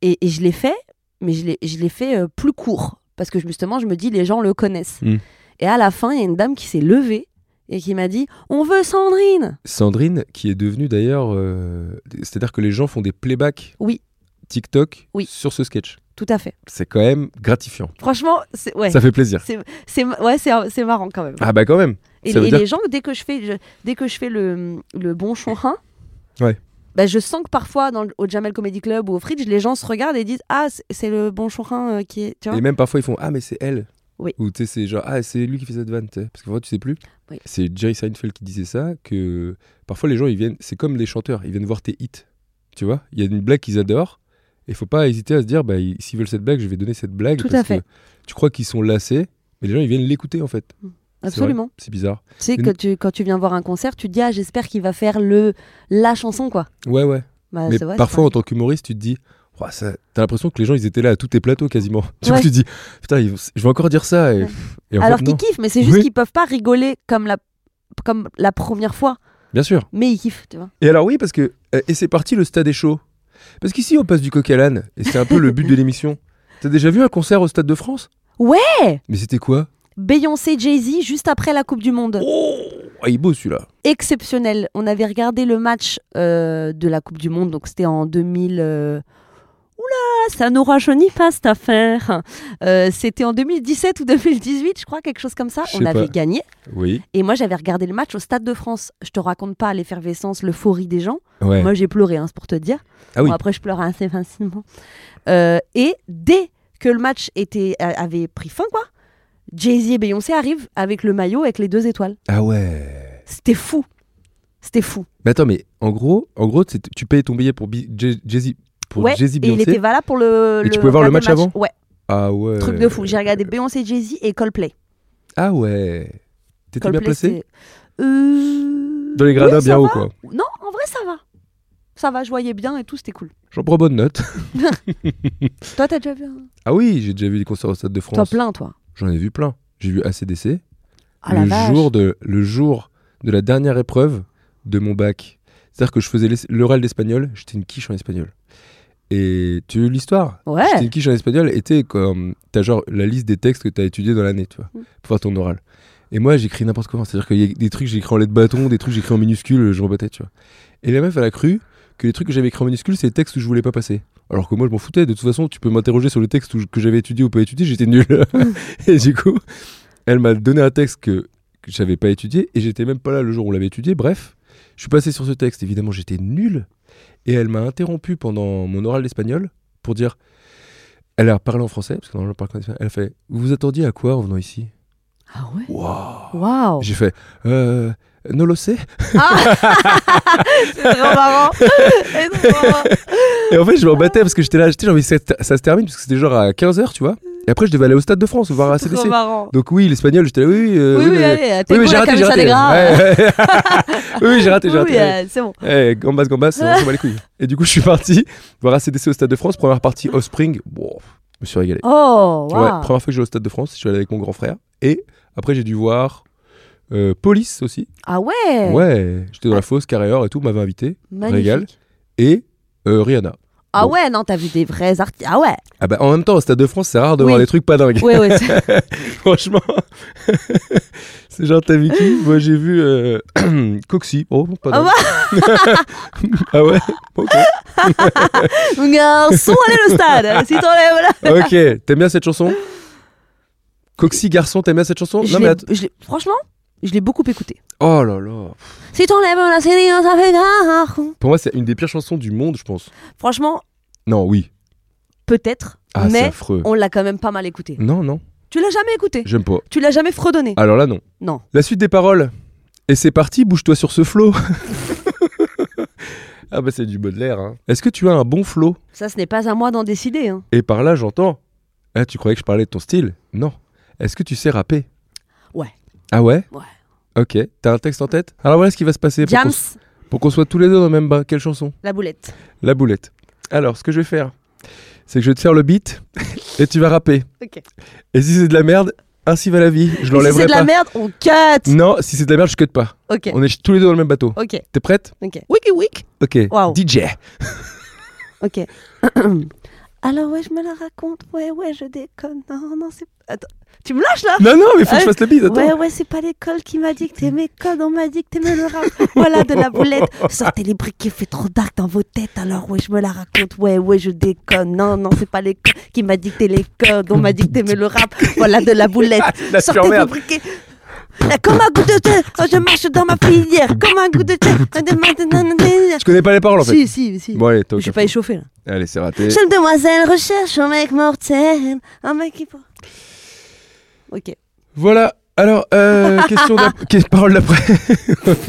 et, et je l'ai fait, mais je l'ai- je l'ai fait euh, plus court. Parce que justement, je me dis, les gens le connaissent. Mm. Et à la fin, il y a une dame qui s'est levée et qui m'a dit On veut Sandrine Sandrine, qui est devenue d'ailleurs. euh, C'est-à-dire que les gens font des playbacks Oui. TikTok Oui. sur ce sketch. Tout à fait. C'est quand même gratifiant. Franchement, c'est ouais, Ça fait plaisir. c'est ouais, c'est- c'est marrant quand même. Ah bah quand même. et ça veut et dire- les gens, dès que je fais, je- dès que je fais le, le bon chourin, Ouais. bah, je sens que parfois, dans, le- au Jamel Comedy Club ou au Fridge, les gens se regardent et disent Ah, c'est- c'est le bon chourin euh, qui est. Tu vois Et même parfois ils font ah mais c'est elle. Oui. Ou tu sais c'est genre ah c'est lui qui fait cette vanne tu sais. parce que parfois tu sais plus. Oui. C'est Jerry Seinfeld qui disait ça que parfois les gens ils viennent c'est comme les chanteurs ils viennent voir tes hits tu vois il y a une blague qu'ils adorent et faut pas hésiter à se dire bah ils- s'ils veulent cette blague je vais donner cette blague Tout parce à fait. que tu crois qu'ils sont lassés mais les gens ils viennent l'écouter en fait. C'est Absolument. vrai, C'est bizarre. Tu sais, Une- que tu, quand tu viens voir un concert, tu te dis Ah, j'espère qu'il va faire le, la chanson, quoi. Ouais ouais. Bah, mais c'est vrai, c'est parfois pas- en tant qu'humoriste tu te dis Ouah, ça... t'as l'impression que les gens ils étaient là à tous tes plateaux quasiment. Du Ouais. coup tu te dis putain ils vont- je vais encore dire ça et, Ouais. et en Alors fait, qu'ils non. kiffent, mais c'est juste Oui. qu'ils peuvent pas rigoler comme la, comme la première fois. Bien sûr. Mais ils kiffent, tu vois. Et alors oui, parce que... euh, et c'est parti le stade est chaud. Parce qu'ici, on passe du coq à l'âne, et c'est un peu le but de l'émission. T'as déjà vu un concert au Stade de France Ouais Mais c'était quoi Beyoncé, Jay-Z, juste après la Coupe du Monde. Ah, il est beau celui-là. Exceptionnel. On avait regardé le match euh, de la Coupe du Monde, donc c'était en 2000. euh, Oula, ça nous rajeunit pas cette affaire. Euh, c'était en 2017 ou 2018, je crois, quelque chose comme ça. Je On sais avait pas. gagné. Oui. Et moi, j'avais regardé le match au Stade de France. Je te raconte pas l'effervescence, l'euphorie des gens. Ouais. Moi, j'ai pleuré, hein, c'est pour te dire. Ah oui. Bon, après, je pleurais assez facilement. Euh, et dès que le match était, a- avait pris fin, quoi, Jay-Z et Beyoncé arrivent avec le maillot avec les deux étoiles. Ah ouais. C'était fou. C'était fou. Mais attends, mais en gros, en gros c'est- tu payes ton billet pour Bi- Jay- Jay-Z pour ouais, Jay-Z et il Beyoncé. était valable pour le. Et tu pouvais voir le regarder match avant euh, Ouais, Ah ouais. truc de fou. J'ai regardé Beyoncé, Jay-Z et Coldplay. Ah ouais. T'étais bien Coldplay, placé c'est- Euh, Dans les gradins oui, ça bien haut, va. quoi. Non, en vrai, ça va. Ça va, je voyais bien et tout, c'était cool. J'en prends bonne note. Toi, t'as déjà vu un... Ah oui, j'ai déjà vu des concerts au Stade de Toi, France. plein, toi. J'en ai vu plein. J'ai vu ACDC. Ah, la le, vache. jour de, le jour de la dernière épreuve de mon bac. C'est-à-dire que je faisais l'es- l'oral d'espagnol, j'étais une quiche en espagnol. Et tu veux l'histoire Ouais. J'étais une quiche en espagnol et t'es comme. T'as genre la liste des textes que t'as étudiés dans l'année, tu vois, Mm. pour faire ton oral. Et moi, j'écris n'importe comment. C'est-à-dire qu'il y a des trucs que j'écris en lettres bâton, des trucs que j'écris en minuscules, je rebattais, tu vois. Et la meuf, elle a cru que les trucs que j'avais écrits en minuscules, c'est les textes où je voulais pas passer. Alors que moi, je m'en foutais. De toute façon, tu peux m'interroger sur le texte où je- que j'avais étudié ou pas étudié, j'étais nul. Mm. et du coup, elle m'a donné un texte que, que j'avais pas étudié et j'étais même pas là le jour où on l'avait étudié. Bref, je suis passé sur ce texte. Évidemment, j'étais nul. Et elle m'a interrompu pendant mon oral d'espagnol pour dire. Elle a parlé en français, parce que normalement, elle parle en espagnol. Elle a fait Vous vous attendiez à quoi en venant ici Ah ouais Waouh Waouh J'ai fait Euh. Non, le sais. C'est trop marrant. C'est trop marrant. Et en fait, je m'en battais parce que j'étais là, j'étais j'ai envie que ça, ça se termine, parce que c'était genre à 15h, tu vois. Et après, je devais aller au Stade de France voir C'est ACDC. trop marrant. Donc, oui, l'espagnol, j'étais là, oui, oui, euh, Oui, oui, oui, mais- allez, t'es oui, mais cool, j'ai la raté, j'ai caméra, raté. des gras. Ouais. oui, oui, j'ai raté, j'ai raté. Oui, euh, c'est bon. Eh, gambas, gambas, c'est bon, on s'en bat les couilles. Et du coup, je suis parti voir ACDC au Stade de France, première partie Offspring. Bon, je me suis régalé. Oh, Ouais, waouh. première fois que je vais au Stade de France, je suis allé avec mon grand frère. Et après, j'ai dû voir euh, Police aussi. ah ouais. Ouais, j'étais dans la fosse, Carréor et tout, m'avait invité. Magnifique. régal. Et euh, Rihanna. Ah Bon. ouais, non, t'as vu des vrais artistes. Ah ouais. Ah bah, en même temps, au Stade de France, c'est rare de Oui. voir des trucs pas dingues. Ouais, ouais. c'est- Franchement, c'est genre t'as vu qui Moi j'ai vu euh, Coxy. Oh, pas Ah mal. ah ouais Ok. Mon Garçon, allez le stade. Si t'enlèves là. Ok, t'aimes bien cette chanson Coxy garçon, t'aimes bien cette chanson Je mais l'ai- att- je l'ai- Franchement, je l'ai beaucoup écouté. Oh là là. Si t'enlèves la série, hein, ça fait grave. Pour moi, c'est une des pires chansons du monde, je pense. Franchement, Non, oui. peut-être, Ah, c'est mais affreux. Mm. on l'a quand même pas mal écouté. Non, non, Tu l'as jamais écouté. j'aime pas. Tu l'as jamais fredonné. Alors là, non. Non. La suite des paroles. Et c'est parti, bouge-toi sur ce flot. ah bah c'est du Baudelaire. Hein. Est-ce que tu as un bon flot Ça, ce n'est pas à moi d'en décider. hein. Et par là, j'entends. Ah, tu croyais que je parlais de ton style Non. Est-ce que tu sais rapper Ouais. Ah ouais Ouais. Ok. T'as un texte en tête Alors voilà ce qui va se passer pour qu'on Jams, s- pour qu'on soit tous les deux dans le même bain. Quelle chanson la boulette. La boulette. Alors, ce que je vais faire, c'est que je vais te faire le beat et tu vas rapper. Ok. Et si c'est de la merde, ainsi va la vie. Je Et Si l'enlèverai c'est de pas. la merde, on cut. non, si c'est de la merde, je cut pas. Ok. On est tous les deux dans le même bateau. Ok, T'es prête ok. Wiki wiki. Ok. Waouh. DJ. Ok. Alors ouais, je me la raconte. Ouais, ouais, je déconne. Non, non, c'est... Attends. Tu me lâches là Non, non, mais faut que je Ouais. fasse le beat. Attends. Ah, Ouais, ouais, c'est pas l'école qui m'a dit que t'aimais code, on m'a dit que t'aimais le rap. Voilà, de la boulette. Sortez les briquets, fait trop dark dans vos têtes. Alors ouais, je me la raconte. Ouais, ouais, je déconne. Non, non, c'est pas l'école qui m'a dicté les codes, on m'a dit que t'aimais le rap. Voilà, de la boulette. la Sortez vos surmerde. briquets. Comme un goût de terre quand je marche dans ma filière. Comme un goût de terre. Je connais pas les paroles en fait. Si, si, si. Bon, allez, t'as Je aucun suis pas fond. échauffée là. Allez, c'est raté. Jeune demoiselle recherche un mec mortel, un mec qui. Ok. Hein Voilà. Alors, euh, question d'ap- que- parole d'après.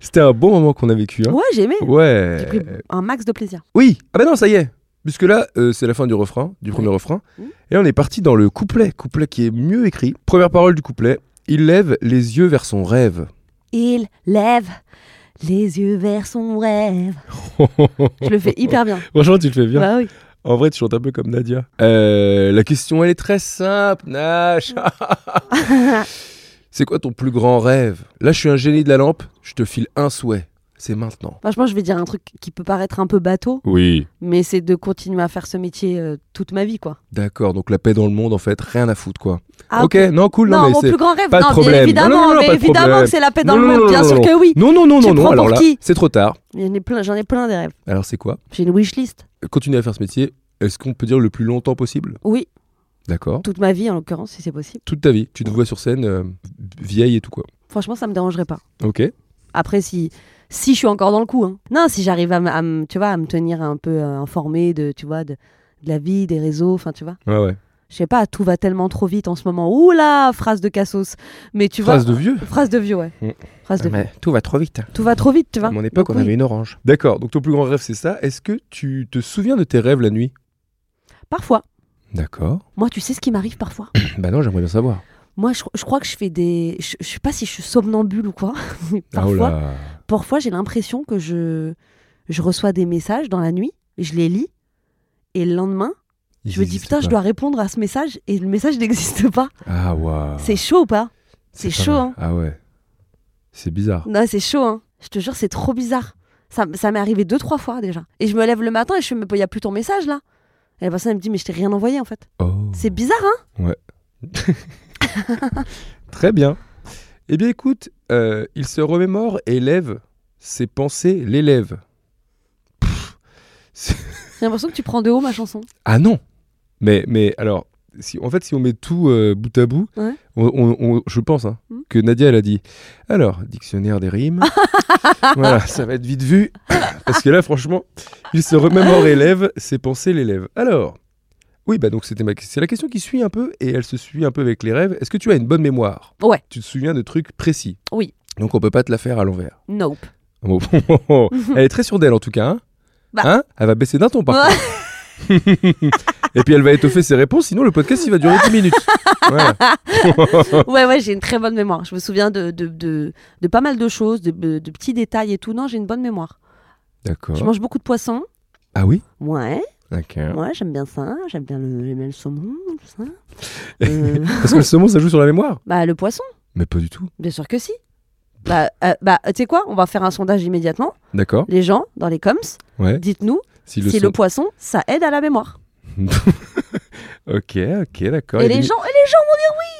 C'était un bon moment qu'on a vécu. Hein. Ouais, j'ai aimé. J'ai Ouais. pris un max de plaisir. Oui. Ah bah non, ça y est. Puisque là, euh, c'est la fin du refrain, du premier refrain. Mhm. Et on est parti dans le couplet, couplet qui est mieux écrit. Première parole du couplet. Il lève les yeux vers son rêve. Il lève les yeux vers son rêve. Je le fais hyper bien. Franchement, tu le fais bien. Bah oui. En vrai, tu chantes un peu comme Nadia. Euh, la question, elle est très simple, Nash. c'est quoi ton plus grand rêve Là, je suis un génie de la lampe. Je te file un souhait. c'est maintenant. Franchement, je vais dire un truc qui peut paraître un peu bateau, Oui. mais c'est de continuer à faire ce métier euh, toute ma vie, quoi. D'accord, donc la paix dans le monde, en fait, rien à foutre, quoi. Ah, ok, non, cool, non, Non, mais mon c'est. plus grand rêve, pas de non, bien problème. évidemment, Non, non, non, non, mais pas de évidemment problème. que c'est la paix dans Non, le non, monde, non, bien non, sûr non. que oui. Non, non, non, Tu non, prends non, pour alors là, qui c'est trop tard. J'en ai plein, j'en ai plein des rêves. Alors c'est quoi J'ai une wishlist. Continuer à faire ce métier, est-ce qu'on peut dire le plus longtemps possible Oui, D'accord. toute ma vie en l'occurrence, si c'est possible. Toute ta vie, tu te vois sur scène, euh, vieille et tout, quoi. Franchement, ça me dérangerait pas. Ok. Après, si si je suis encore dans le coup, hein. non, si j'arrive à, me- à me- tu vois, à me tenir un peu euh, informée de, tu vois, de, de la vie, des réseaux, enfin, tu vois. Ouais, ouais. Je sais pas, tout va tellement trop vite en ce moment. Oula, phrase de Cassos. Mais tu Phrase vois, de vieux phrase de vieux, ouais. Mm. Phrase de Tout va trop vite. Tout va trop vite, tu vois. Donc oui. une orange. D'accord, donc ton plus grand rêve, c'est ça. Est-ce que tu te souviens de tes rêves la nuit Parfois. D'accord. Moi, tu sais ce qui m'arrive parfois bah non, j'aimerais bien savoir. Moi, je, je crois que je fais des. Je, je sais pas si je suis somnambule ou quoi. mais Ah, oh parfois, là. parfois j'ai l'impression que je, je reçois des messages dans la nuit, je les lis, et le lendemain, Ils je me dis existent putain, je pas. dois répondre à ce message, et le message n'existe pas. Ah, waouh. C'est chaud ou pas c'est pas chaud, mal. hein. Ah ouais. C'est bizarre. Non, c'est chaud, hein. Je te jure, c'est trop bizarre. Ça, ça m'est arrivé deux, trois fois déjà. Et je me lève le matin et je fais, mais il n'y a plus ton message là. Et la personne, elle me dit, mais je t'ai rien envoyé en fait. Oh. C'est bizarre, hein Très bien. Eh bien, écoute, euh, il se remémore et lève ses pensées, l'élève. Pff, c'est- J'ai l'impression que tu prends de haut ma chanson. Ah non Mais, mais alors, si, en fait, si on met tout euh, bout à bout, Ouais. on- on- on- je pense hein, Mm. que Nadia, elle a dit Alors, dictionnaire des rimes. voilà, ça va être vite vu. Parce que là, franchement, il se remémore et lève ses pensées, l'élève. Alors. Oui, bah donc c'était ma... c'est la question qui suit un peu et elle se suit un peu avec les rêves. Est-ce que tu as une bonne mémoire Ouais. Tu te souviens de trucs précis Oui. Donc on peut pas te la faire à l'envers. Nope. Bon, oh, elle est très sûre d'elle en tout cas. Hein, Mhm. Bah. Hein elle va baisser d'un ton par contre. Et puis elle va étoffer ses réponses, sinon le podcast il va durer 10 minutes. Voilà. ouais, ouais, j'ai une très bonne mémoire. Je me souviens de, de, de, de pas mal de choses, de, de petits détails et tout. Non, j'ai une bonne mémoire. Je D'accord. mange beaucoup de poissons. Ah oui Ouais, D'accord. ouais, j'aime bien ça. J'aime bien le, j'aime bien le saumon, tout ça. Euh, Parce que le saumon ça joue sur la mémoire bah, le poisson, Mais pas du tout. bien sûr que si. Bah, euh, bah tu sais quoi On va faire un sondage immédiatement. D'accord. Les gens, dans les coms, Ouais. dites-nous Si si le poisson, ça aide à la mémoire. Ok, ok, d'accord. et Il y a les des- gens, et les gens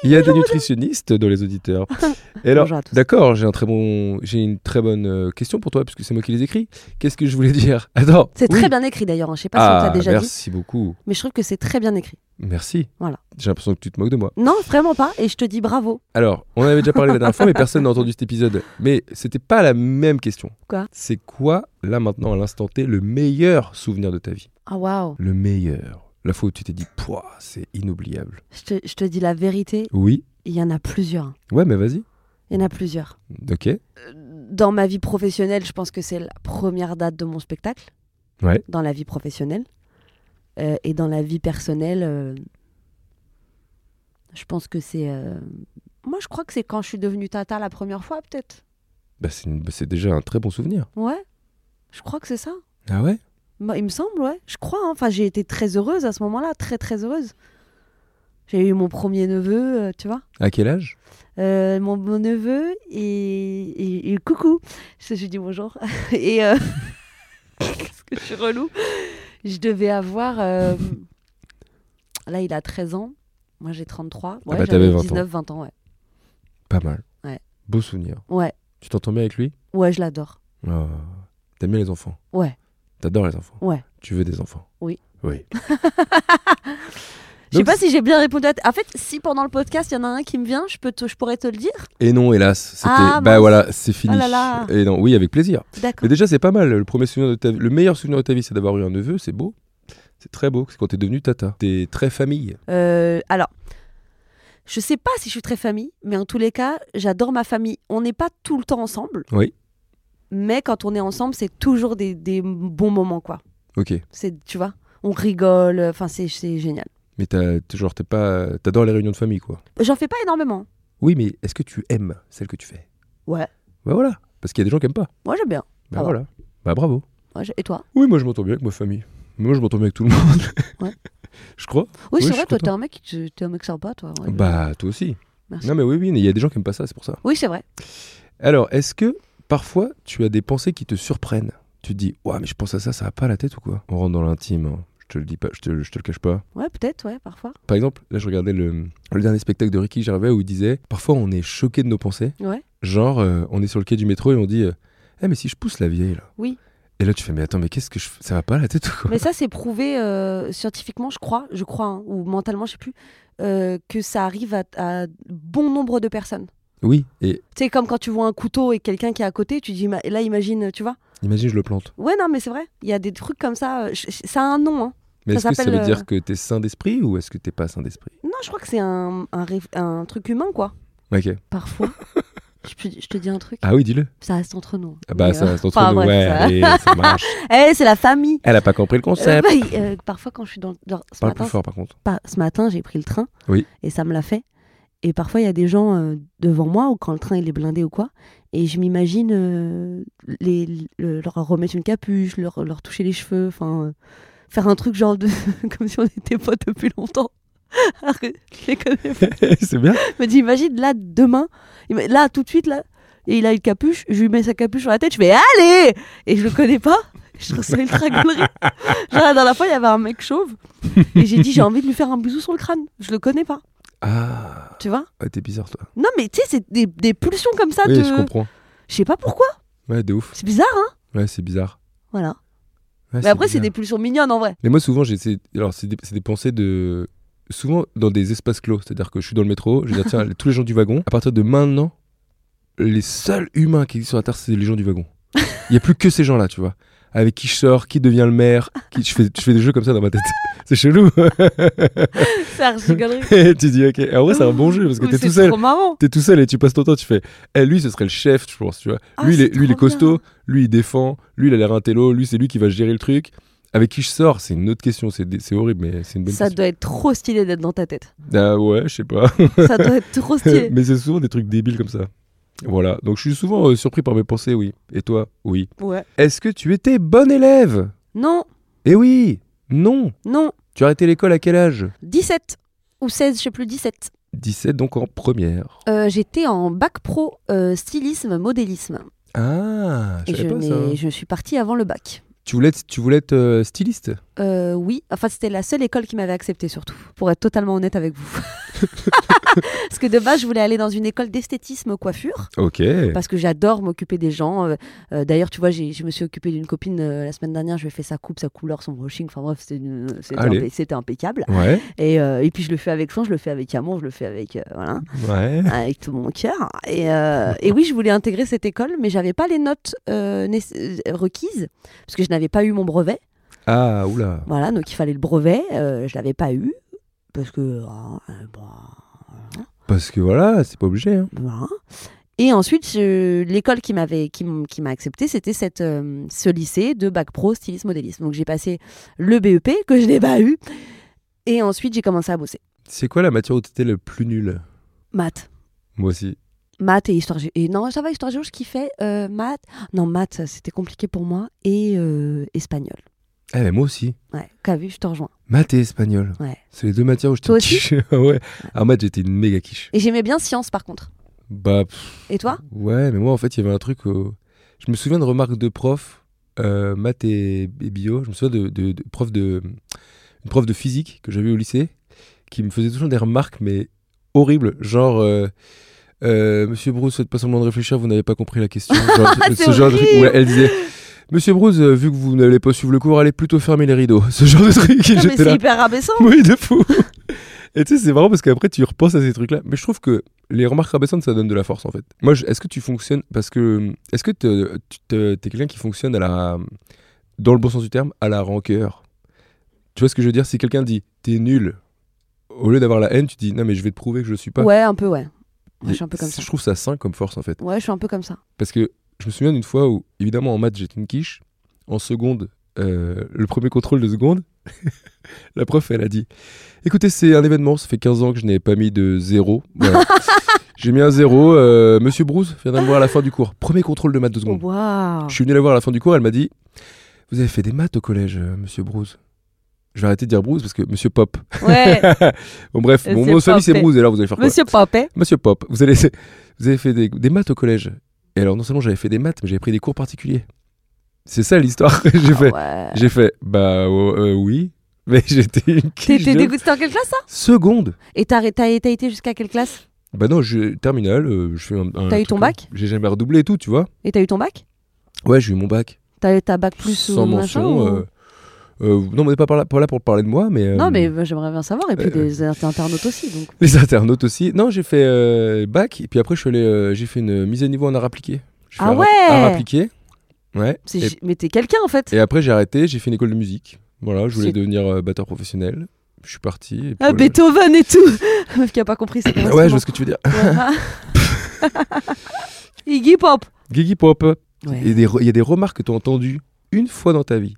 Il y a des nutritionnistes dans les auditeurs. Et alors, Bonjour à tous. d'accord, j'ai un très bon, j'ai une très bonne euh, question pour toi puisque c'est moi qui les écris. Qu'est-ce que je voulais dire Attends. C'est oui. très bien écrit d'ailleurs. hein. Je sais pas si on Ah, te l'a déjà dit, merci beaucoup. mais je trouve que c'est très bien écrit. Merci. Voilà. J'ai l'impression que tu te moques de moi. Non, vraiment pas. Et je te dis bravo. Alors, on en avait déjà parlé la dernière fois, mais personne n'a entendu cet épisode. Mais c'était pas la même question. Quoi C'est quoi, là maintenant, à l'instant T, le meilleur souvenir de ta vie Ah waouh. Le meilleur. La fois où tu t'es dit, pouah, c'est inoubliable. Je te, je te dis la vérité. Oui. Il y en a plusieurs. hein. Ouais, mais vas-y. Il y en a plusieurs. Ok. Dans ma vie professionnelle, je pense que c'est la première date de mon spectacle. Ouais. Dans la vie professionnelle. Euh, et dans la vie personnelle, euh, je pense que c'est. euh, Moi, je crois que c'est quand je suis devenue tata la première fois, peut-être. Bah, c'est une- bah, c'est déjà un très bon souvenir. Ouais. Je crois que c'est ça. Ah ouais Moi, il me semble, ouais. Je crois. hein. Enfin, j'ai été très heureuse à ce moment-là, très très heureuse. J'ai eu mon premier neveu, euh, tu vois. À quel âge Euh, mon, mon neveu et, et- et coucou. Je, je dis bonjour. et euh, qu'est-ce que je suis relou. Je devais avoir. euh, Là, il a 13 ans. Moi, j'ai 33. Ouais, bah, j'avais t'avais 20 ans. 19, 20 ans, ouais. Pas mal. Ouais. Beau souvenir. Ouais, Tu t'entends bien avec lui ouais, je l'adore. Oh. T'aimes bien les enfants Ouais. T'adores les enfants Ouais. Tu veux des enfants Oui. Oui. Je sais Donc, pas si j'ai bien répondu à. ta- En fait, si pendant le podcast, il y en a un qui me vient, je, peux te- je pourrais te le dire. Et non, hélas, c'était. Ah, bah mince. voilà, c'est fini. Oh là là. Et non, oui, avec plaisir. D'accord. Mais déjà, c'est pas mal. Le premier souvenir de ta vie- le meilleur souvenir de ta vie, c'est d'avoir eu un neveu. C'est beau. C'est très beau. C'est quand t'es devenu tata. T'es très famille. Euh, alors, je sais pas si je suis très famille, mais en tous les cas, j'adore ma famille. On n'est pas tout le temps ensemble. Oui. Mais quand on est ensemble, c'est toujours des, des bons moments, quoi. Ok. C'est, tu vois, on rigole. euh, Enfin, c'est, c'est génial. Mais t'as, t'es- genre, t'es pas. T'adores les réunions de famille, quoi. J'en fais pas énormément. Oui, mais est-ce que tu aimes celle que tu fais Ouais. Bah voilà. Parce qu'il y a des gens qui aiment pas. Moi, j'aime bien. Bah Ah ouais. voilà. Bah bravo. Moi, j'ai- Et toi Oui, moi, je m'entends bien avec ma famille. Moi, je m'entends bien avec tout le monde. Ouais. je crois. Oui, Oui, je c'est suis vrai. Toi, content. t'es un mec, qui- t'es un mec sympa, toi. ouais. Bah toi aussi. Merci. Non, mais oui, oui. mais Il y a des gens qui aiment pas ça. C'est pour ça. Oui, c'est vrai. Alors, est-ce que Parfois, tu as des pensées qui te surprennent. Tu te dis, ouais, mais je pense à ça, ça va pas à la tête ou quoi On rentre dans l'intime, hein. je te le dis pas, je te, je te le cache pas. Ouais, peut-être, ouais, parfois. Par exemple, là, je regardais le, le dernier spectacle de Ricky Gervais où il disait, parfois, on est choqué de nos pensées. Ouais. Genre, euh, on est sur le quai du métro et on dit, euh, eh, mais si je pousse la vieille, là. Oui. Et là, tu fais, mais attends, mais qu'est-ce que je fais Ça va pas à la tête ou quoi Mais ça, c'est prouvé euh, scientifiquement, je crois, je crois, hein, ou mentalement, je sais plus, euh, que ça arrive à, à bon nombre de personnes. Oui, et Tu sais, comme quand tu vois un couteau et quelqu'un qui est à côté, tu dis, ma- là, imagine, tu vois. imagine, je le plante. Ouais, non, mais c'est vrai, il y a des trucs comme ça, euh, je- je- ça a un nom. hein. Mais Ça est-ce que ça s'appelle, veut euh, dire que t'es sain d'esprit ou est-ce que t'es pas sain d'esprit Non, je crois que c'est un, un, rêve- un truc humain, quoi. Ok. Parfois. je, peux- je te dis un truc, Ah oui, dis-le. ça reste entre nous. Ah bah, Mais, ça euh, reste entre enfin, nous. bref, ouais, ça- allez, ça marche. Eh, c'est la famille. Elle a pas compris le Euh, concept. bah, il- euh, parfois, quand je suis dans le. genre, ce Parle matin, plus fort, par contre. pas- ce matin, j'ai pris le train. Oui. Et ça me l'a fait. Et parfois, il y a des gens euh, devant moi, ou quand le train il est blindé ou quoi, et je m'imagine euh, les, le- leur remettre une capuche, leur, leur toucher les cheveux, enfin, euh, faire un truc genre de. comme si on était pas depuis longtemps. Alors que je les connais pas. c'est bien. Je me dis, imagine, là, demain, il me- là, tout de suite, là, et il a une capuche, je lui mets sa capuche sur la tête, je fais Allez Et je le connais pas, je trouve ça ultra gaulerie. Genre, dans la fois, il y avait un mec chauve, et j'ai dit, j'ai envie de lui faire un bisou sur le crâne, je le connais pas, Ah, tu vois ouais, t'es bizarre, toi. Non, mais tu sais, c'est des, des pulsions comme ça Oui, de. je comprends. Je sais pas pourquoi, Ouais, de ouf. c'est bizarre, hein Ouais, c'est bizarre. Voilà. Ouais, mais après, c'est bizarre. des pulsions mignonnes en vrai. Mais moi, souvent, j'ai essayé- Alors, c'est des, c'est des pensées de. Souvent dans des espaces clos. C'est-à-dire que je suis dans le métro, je vais dire, tiens, tous les gens du wagon, à partir de maintenant, les seuls humains qui existent sur la Terre, c'est les gens du wagon. Il n'y a plus que ces gens-là, tu vois. Avec qui je sors, qui devient le maire. Qui... Je, fais, je fais des jeux comme ça dans ma tête. C'est chelou. C'est archi gaulerie. Et tu dis, ok. En vrai, c'est un bon jeu parce que Ou t'es c'est tout seul. trop marrant. T'es tout seul et tu passes ton temps, tu fais. Eh, lui, ce serait le chef, je pense, tu vois. Ah, lui, il c'est est, lui, il est trop bien. costaud, lui, il défend, lui, il a l'air un télo, lui, c'est lui qui va gérer le truc. Avec qui je sors, c'est une autre question, c'est dé- c'est horrible, mais c'est une bonne Ça question. doit être trop stylé d'être dans ta tête. Ah ouais, je sais pas. Ça doit être trop stylé. mais c'est souvent des trucs débiles comme ça. Voilà, donc je suis souvent euh, surpris par mes pensées, oui. Et toi, oui. Ouais. Est-ce que tu étais bon élève Non, Eh oui Non non, Tu as arrêté l'école à quel âge 17 ou 16, je sais plus, 17. 17, donc en première. Euh, J'étais en bac pro euh, stylisme modélisme Ah, je et Euh, je, savais pas ça. n'ai- je suis partie avant le bac. Tu voulais être, tu voulais être euh, styliste Euh, oui, enfin c'était la seule école qui m'avait acceptée surtout, pour être totalement honnête avec vous. Parce que de base je voulais aller dans une école d'esthétisme coiffure, Ok. parce que j'adore m'occuper des gens. Euh, euh, D'ailleurs tu vois j'ai- je me suis occupée d'une copine euh, la semaine dernière, je lui ai fait sa coupe, sa couleur, son brushing, enfin bref c'était une- c'était Allez. impec- c'était impeccable. Ouais, Et, euh, et puis je le fais avec soin, je le fais avec amour, je le fais avec... euh, voilà. ouais. avec tout mon cœur. Et, euh, et oui, je voulais intégrer cette école, mais j'avais pas les notes euh, nécess- euh, requises parce que je n'avais pas eu mon brevet. Ah, oula. Voilà, donc il fallait le brevet. euh, je l'avais pas eu parce que euh, bah, Parce que voilà, c'est pas obligé. hein. voilà. Et ensuite, je- l'école qui m'avait qui, m- qui m'a accepté, c'était cette euh, ce lycée de bac pro stylisme modélisme. Donc j'ai passé le BEP que je n'ai pas eu. Et ensuite, j'ai commencé à bosser. C'est quoi la matière où t'étais le plus nul Maths. Moi aussi. Maths et histoire géo. Et non, ça va, histoire géo, je kiffais. Euh, maths. Non, maths, ça, c'était compliqué pour moi. Et euh, espagnol. Eh, mais moi aussi. Ouais, t'as vu, je te rejoins. Maths et espagnol. Ouais. C'est les deux matières où j'étais Toi une aussi quiche. ouais. En maths, j'étais une méga quiche. Et j'aimais bien sciences, par contre. Bah, pff, Et toi ouais, mais moi, en fait, il y avait un truc. euh, Je me souviens de remarques de prof, euh, maths et, et bio. Je me souviens de, de, de prof de. Une prof de physique que j'avais au lycée qui me faisait toujours des remarques, mais horribles. Genre. euh, euh, Monsieur Bruce, faites pas semblant de réfléchir, vous n'avez pas compris la question. Genre, C'est ce genre de truc où horrible. elle disait Monsieur Bruce, euh, vu que vous n'allez pas suivre le cours, allez plutôt fermer les rideaux. Ce genre de truc. Et Non, mais j'étais là. c'est hyper rabaissant. Oui, de fou. Et tu sais, c'est marrant parce qu'après, tu repenses à ces trucs-là. Mais je trouve que les remarques rabaissantes, ça donne de la force, en fait. Moi, je- est-ce que tu fonctionnes Parce que. Est-ce que te- tu te- t'es quelqu'un qui fonctionne à la. Dans le bon sens du terme, à la rancœur Tu vois ce que je veux dire Si quelqu'un dit t'es nul, au lieu d'avoir la haine, tu dis non, mais je vais te prouver que je le suis pas. Ouais, un peu, ouais. Moi, je Et suis un peu comme ça. Je trouve ça sain comme force, en fait. Ouais, je suis un peu comme ça. Parce que je me souviens d'une fois où, évidemment, en maths, j'étais une quiche. En seconde, euh, le premier contrôle de seconde, la prof, elle a dit Écoutez, c'est un événement, ça fait 15 ans que je n'ai pas mis de zéro. Voilà. J'ai mis un zéro. euh, Monsieur Bruce vient de me voir à la fin du cours. Premier contrôle de maths de Oh, seconde. Waouh. Je suis venu la voir à la fin du cours, elle m'a dit Vous avez fait des maths au collège, euh, monsieur Bruce Je vais arrêter de dire Bruce parce que monsieur Pop. Ouais, bon, bref, Et mon c'est nom de famille, c'est Popé. Bruce, et là, vous allez faire quoi monsieur Papé. Monsieur Pop, vous, allez, vous avez fait des, des maths au collège Et alors, non seulement j'avais fait des maths, mais j'avais pris des cours particuliers. C'est ça l'histoire. j'ai fait, Ah Ouais. j'ai fait, bah euh, euh, oui, mais j'étais une quiche T'étais de- dégoûté en quelle classe ça Seconde. Et t'as t'as- t'as été jusqu'à quelle classe Bah non, je, terminale, euh, je fais un. un T'as eu truc ton comme- bac J'ai jamais redoublé et tout, tu vois. Et t'as eu ton bac Ouais, j'ai eu mon bac. T'as eu ta bac plus sans ou mention. machin ou- euh, euh, non, mais on n'est pas par là, pas là pour parler de moi, mais. euh, Non, mais bah, j'aimerais bien savoir. Et puis euh, des inter- internautes aussi. Donc. Les internautes aussi. Non, j'ai fait euh, bac, et puis après, je suis allé, euh, j'ai fait une mise à niveau en art appliqué. J'ai fait Ah art- ouais Art appliqué. Ouais. C'est Et, gi- Mais t'es quelqu'un en fait. et après, j'ai arrêté, j'ai fait une école de musique. Voilà, je voulais C'est- devenir euh, batteur professionnel. Je suis parti. et puis Ah, voilà. Beethoven et tout La Meuf qui a pas compris, c'est pas Ouais, je vois ce que tu veux dire. Iggy Pop Gigi Pop. Ouais. Et des re- Il y a des remarques que tu as entendues une fois dans ta vie.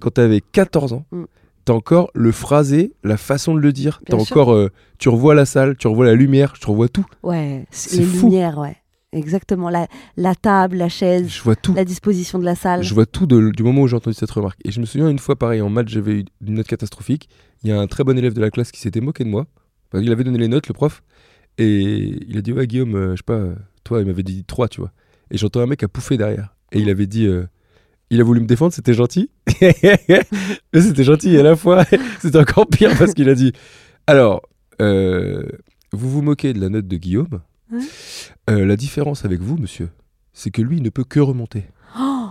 Quand tu avais 14 ans, Mm. tu as encore le phrasé, la façon de le dire. T'as Bien sûr. encore, euh, tu revois la salle, tu revois la lumière, tu revois tout. Ouais, C'est les fou. lumières, ouais. Exactement, la, la table, la chaise, Je vois tout. la disposition de la salle. Je vois tout de- du moment où j'ai entendu cette remarque. Et je me souviens une fois, pareil, en maths, j'avais eu une note catastrophique. Il y a un très bon élève de la classe qui s'était moqué de moi. Enfin, il avait donné les notes, le prof. Et il a dit Ouais, Guillaume, euh, je sais pas, euh, toi, il m'avait dit 3, tu vois. Et j'entends un mec à pouffer derrière. Et il avait dit euh, Il a voulu me défendre, c'était gentil. Mais c'était gentil. Et à la fois, c'était encore pire parce qu'il a dit Alors, euh, vous vous moquez de la note de Guillaume. Ouais. Euh, la différence avec vous, monsieur, c'est que lui, il ne peut que remonter. Oh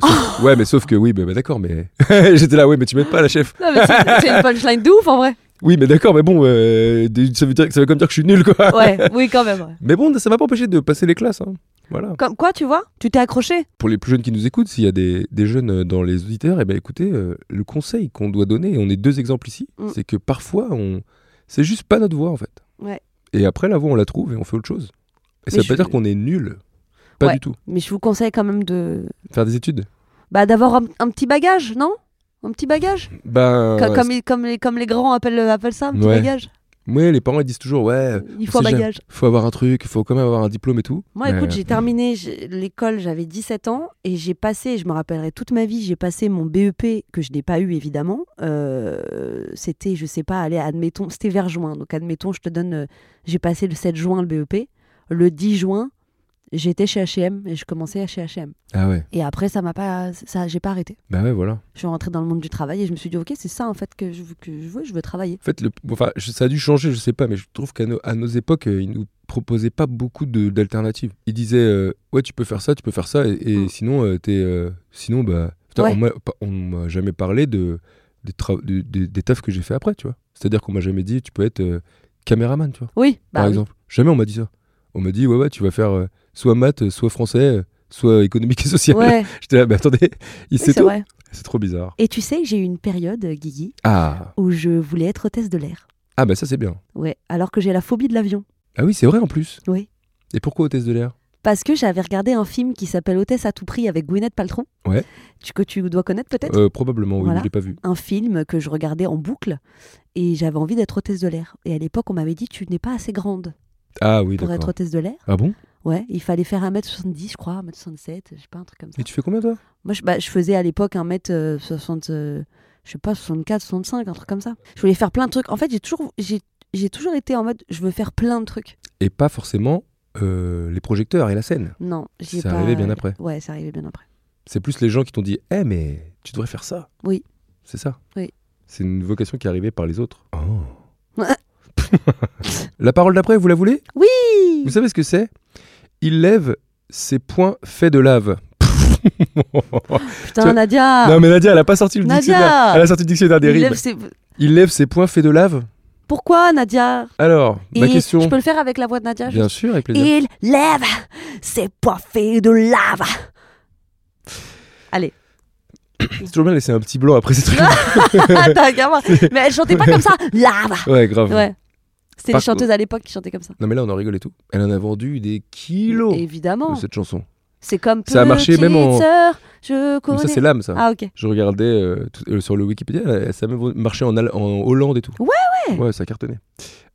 Sauf- ouais, mais sauf que oui, bah, bah, d'accord, mais j'étais là, ouais, mais tu m'aides pas, la chef. Non, mais c'est c'est une punchline de ouf en vrai. Oui, mais d'accord, mais bon, euh, des- ça veut dire, ça veut comme dire que je suis nul, quoi. Ouais, oui, quand même. ouais. Mais bon, ça m'a pas empêché de passer les classes. hein. Voilà. Comme quoi, tu vois, tu t'es accroché. Pour les plus jeunes qui nous écoutent, s'il y a des, des jeunes euh, dans les auditeurs, eh ben écoutez, euh, le conseil qu'on doit donner, et on est deux exemples ici, Mm. c'est que parfois, on, c'est juste pas notre voix en fait. Ouais. Et après, la voix, on la trouve et on fait autre chose. Et ça Mais veut pas je- dire qu'on est nul. Pas Ouais. du tout. Mais je vous conseille quand même de, Faire des études. bah, d'avoir un, un petit bagage, non Un petit bagage Ben. Co- comme, les- comme, les, comme les grands appellent, appellent ça, un petit Ouais. bagage. Ouais, les parents ils disent toujours, ouais, Il on faut un sait jamais. bagage. faut avoir un truc, faut quand même avoir un diplôme et tout. Moi, Mais- euh, écoute, j'ai terminé j'ai- l'école, j'avais 17 ans, et j'ai passé, je me rappellerai toute ma vie, j'ai passé mon BEP, que je n'ai pas eu évidemment. Euh, c'était, je sais pas, allez, admettons, c'était vers juin. Donc, admettons, je te donne, euh, j'ai passé le 7 juin le BEP. Le 10 juin, j'étais chez HM et je commençais chez HM. Ah ouais, Et après, ça m'a pas, ça, j'ai pas arrêté. bah ouais, voilà. Je suis rentrée dans le monde du travail et je me suis dit, ok, c'est ça en fait que je, veux- que je veux, je veux travailler. En fait, le, enfin, je- ça a dû changer, je sais pas, mais je trouve qu'à nos, à nos époques, euh, ils nous proposaient pas beaucoup de- d'alternatives. Ils disaient, euh, ouais, tu peux faire ça, tu peux faire ça, et, et Mm. sinon, euh, t'es, euh, sinon, bah, putain, Ouais. on m'a pas- on m'a jamais parlé de, des tra- du- des- des tafs que j'ai fait après, tu vois. C'est-à-dire qu'on m'a jamais dit, tu peux être euh, caméraman, tu vois, Oui, par bah oui. exemple. Jamais on m'a dit ça. On m'a dit, ouais, ouais, tu vas faire euh, soit maths, euh, soit français, euh, soit économique et social. Ouais, oui, J'étais là, mais attendez, il sait c'est tout. vrai. C'est trop bizarre. Et tu sais, j'ai eu une période, Guigui, Ah, où je voulais être hôtesse de l'air. ah bah ça c'est bien. Ouais, alors que j'ai la phobie de l'avion. Ah oui, c'est vrai en plus. Oui. Et pourquoi hôtesse de l'air Parce que j'avais regardé un film qui s'appelle Hôtesse à tout prix avec Gwyneth Paltrow. Ouais. Tu- Que tu dois connaître peut-être. Euh, Probablement, oui, Voilà. je l'ai pas vu. Un film que je regardais en boucle et j'avais envie d'être hôtesse de l'air. Et à l'époque, on m'avait dit tu n'es pas assez grande Ah oui, pour être d'accord. hôtesse de l'air. Ah bon Ouais, il fallait faire 1m70, je crois, 1m67, je sais pas, un truc comme ça. Et tu fais combien toi Moi, je, bah, je faisais à l'époque 1m60, euh, je sais pas, 64, 65, un truc comme ça. Je voulais faire plein de trucs. En fait, j'ai toujours, j'ai, j'ai toujours été en mode je veux faire plein de trucs. Et pas forcément euh, les projecteurs et la scène. Non, j'y ai C'est pas- arrivé bien après. Ouais, c'est arrivé bien après. C'est plus les gens qui t'ont dit Eh, mais tu devrais faire ça. Oui. C'est ça Oui. Oh. C'est une vocation qui est arrivée par les autres. La parole d'après, vous la voulez Oui Vous savez ce que c'est Il lève ses poings faits de lave. Putain, Tu- Nadia Non, mais Nadia, elle a pas sorti le Ah. Nadia dictionnaire. Elle a sorti le dictionnaire des Il rimes. lève ses- Il lève ses poings faits de lave. Pourquoi, Nadia Alors, ma Et question. Je peux le faire avec la voix de Nadia Bien juste sûr, avec plaisir. Il lève ses fait de lave Allez, C'est toujours bien de laisser un petit blanc après ces trucs. t'as gamin Mais elle chantait pas comme ça Lave ouais, grave. Ouais. C'était les Par- chanteuses à l'époque qui chantaient comme ça. Non, mais là, on en rigole et tout. Elle en a vendu des kilos de Évidemment. cette chanson. C'est comme Ça a marché Petite même en- sœur, je Mais connais. ça, c'est l'âme, ça. ah, ok. Je regardais euh, tout- euh, sur le Wikipédia, elle- ça a même marché en, Al- en Hollande et tout. Ouais, ouais. Ouais, ça cartonnait.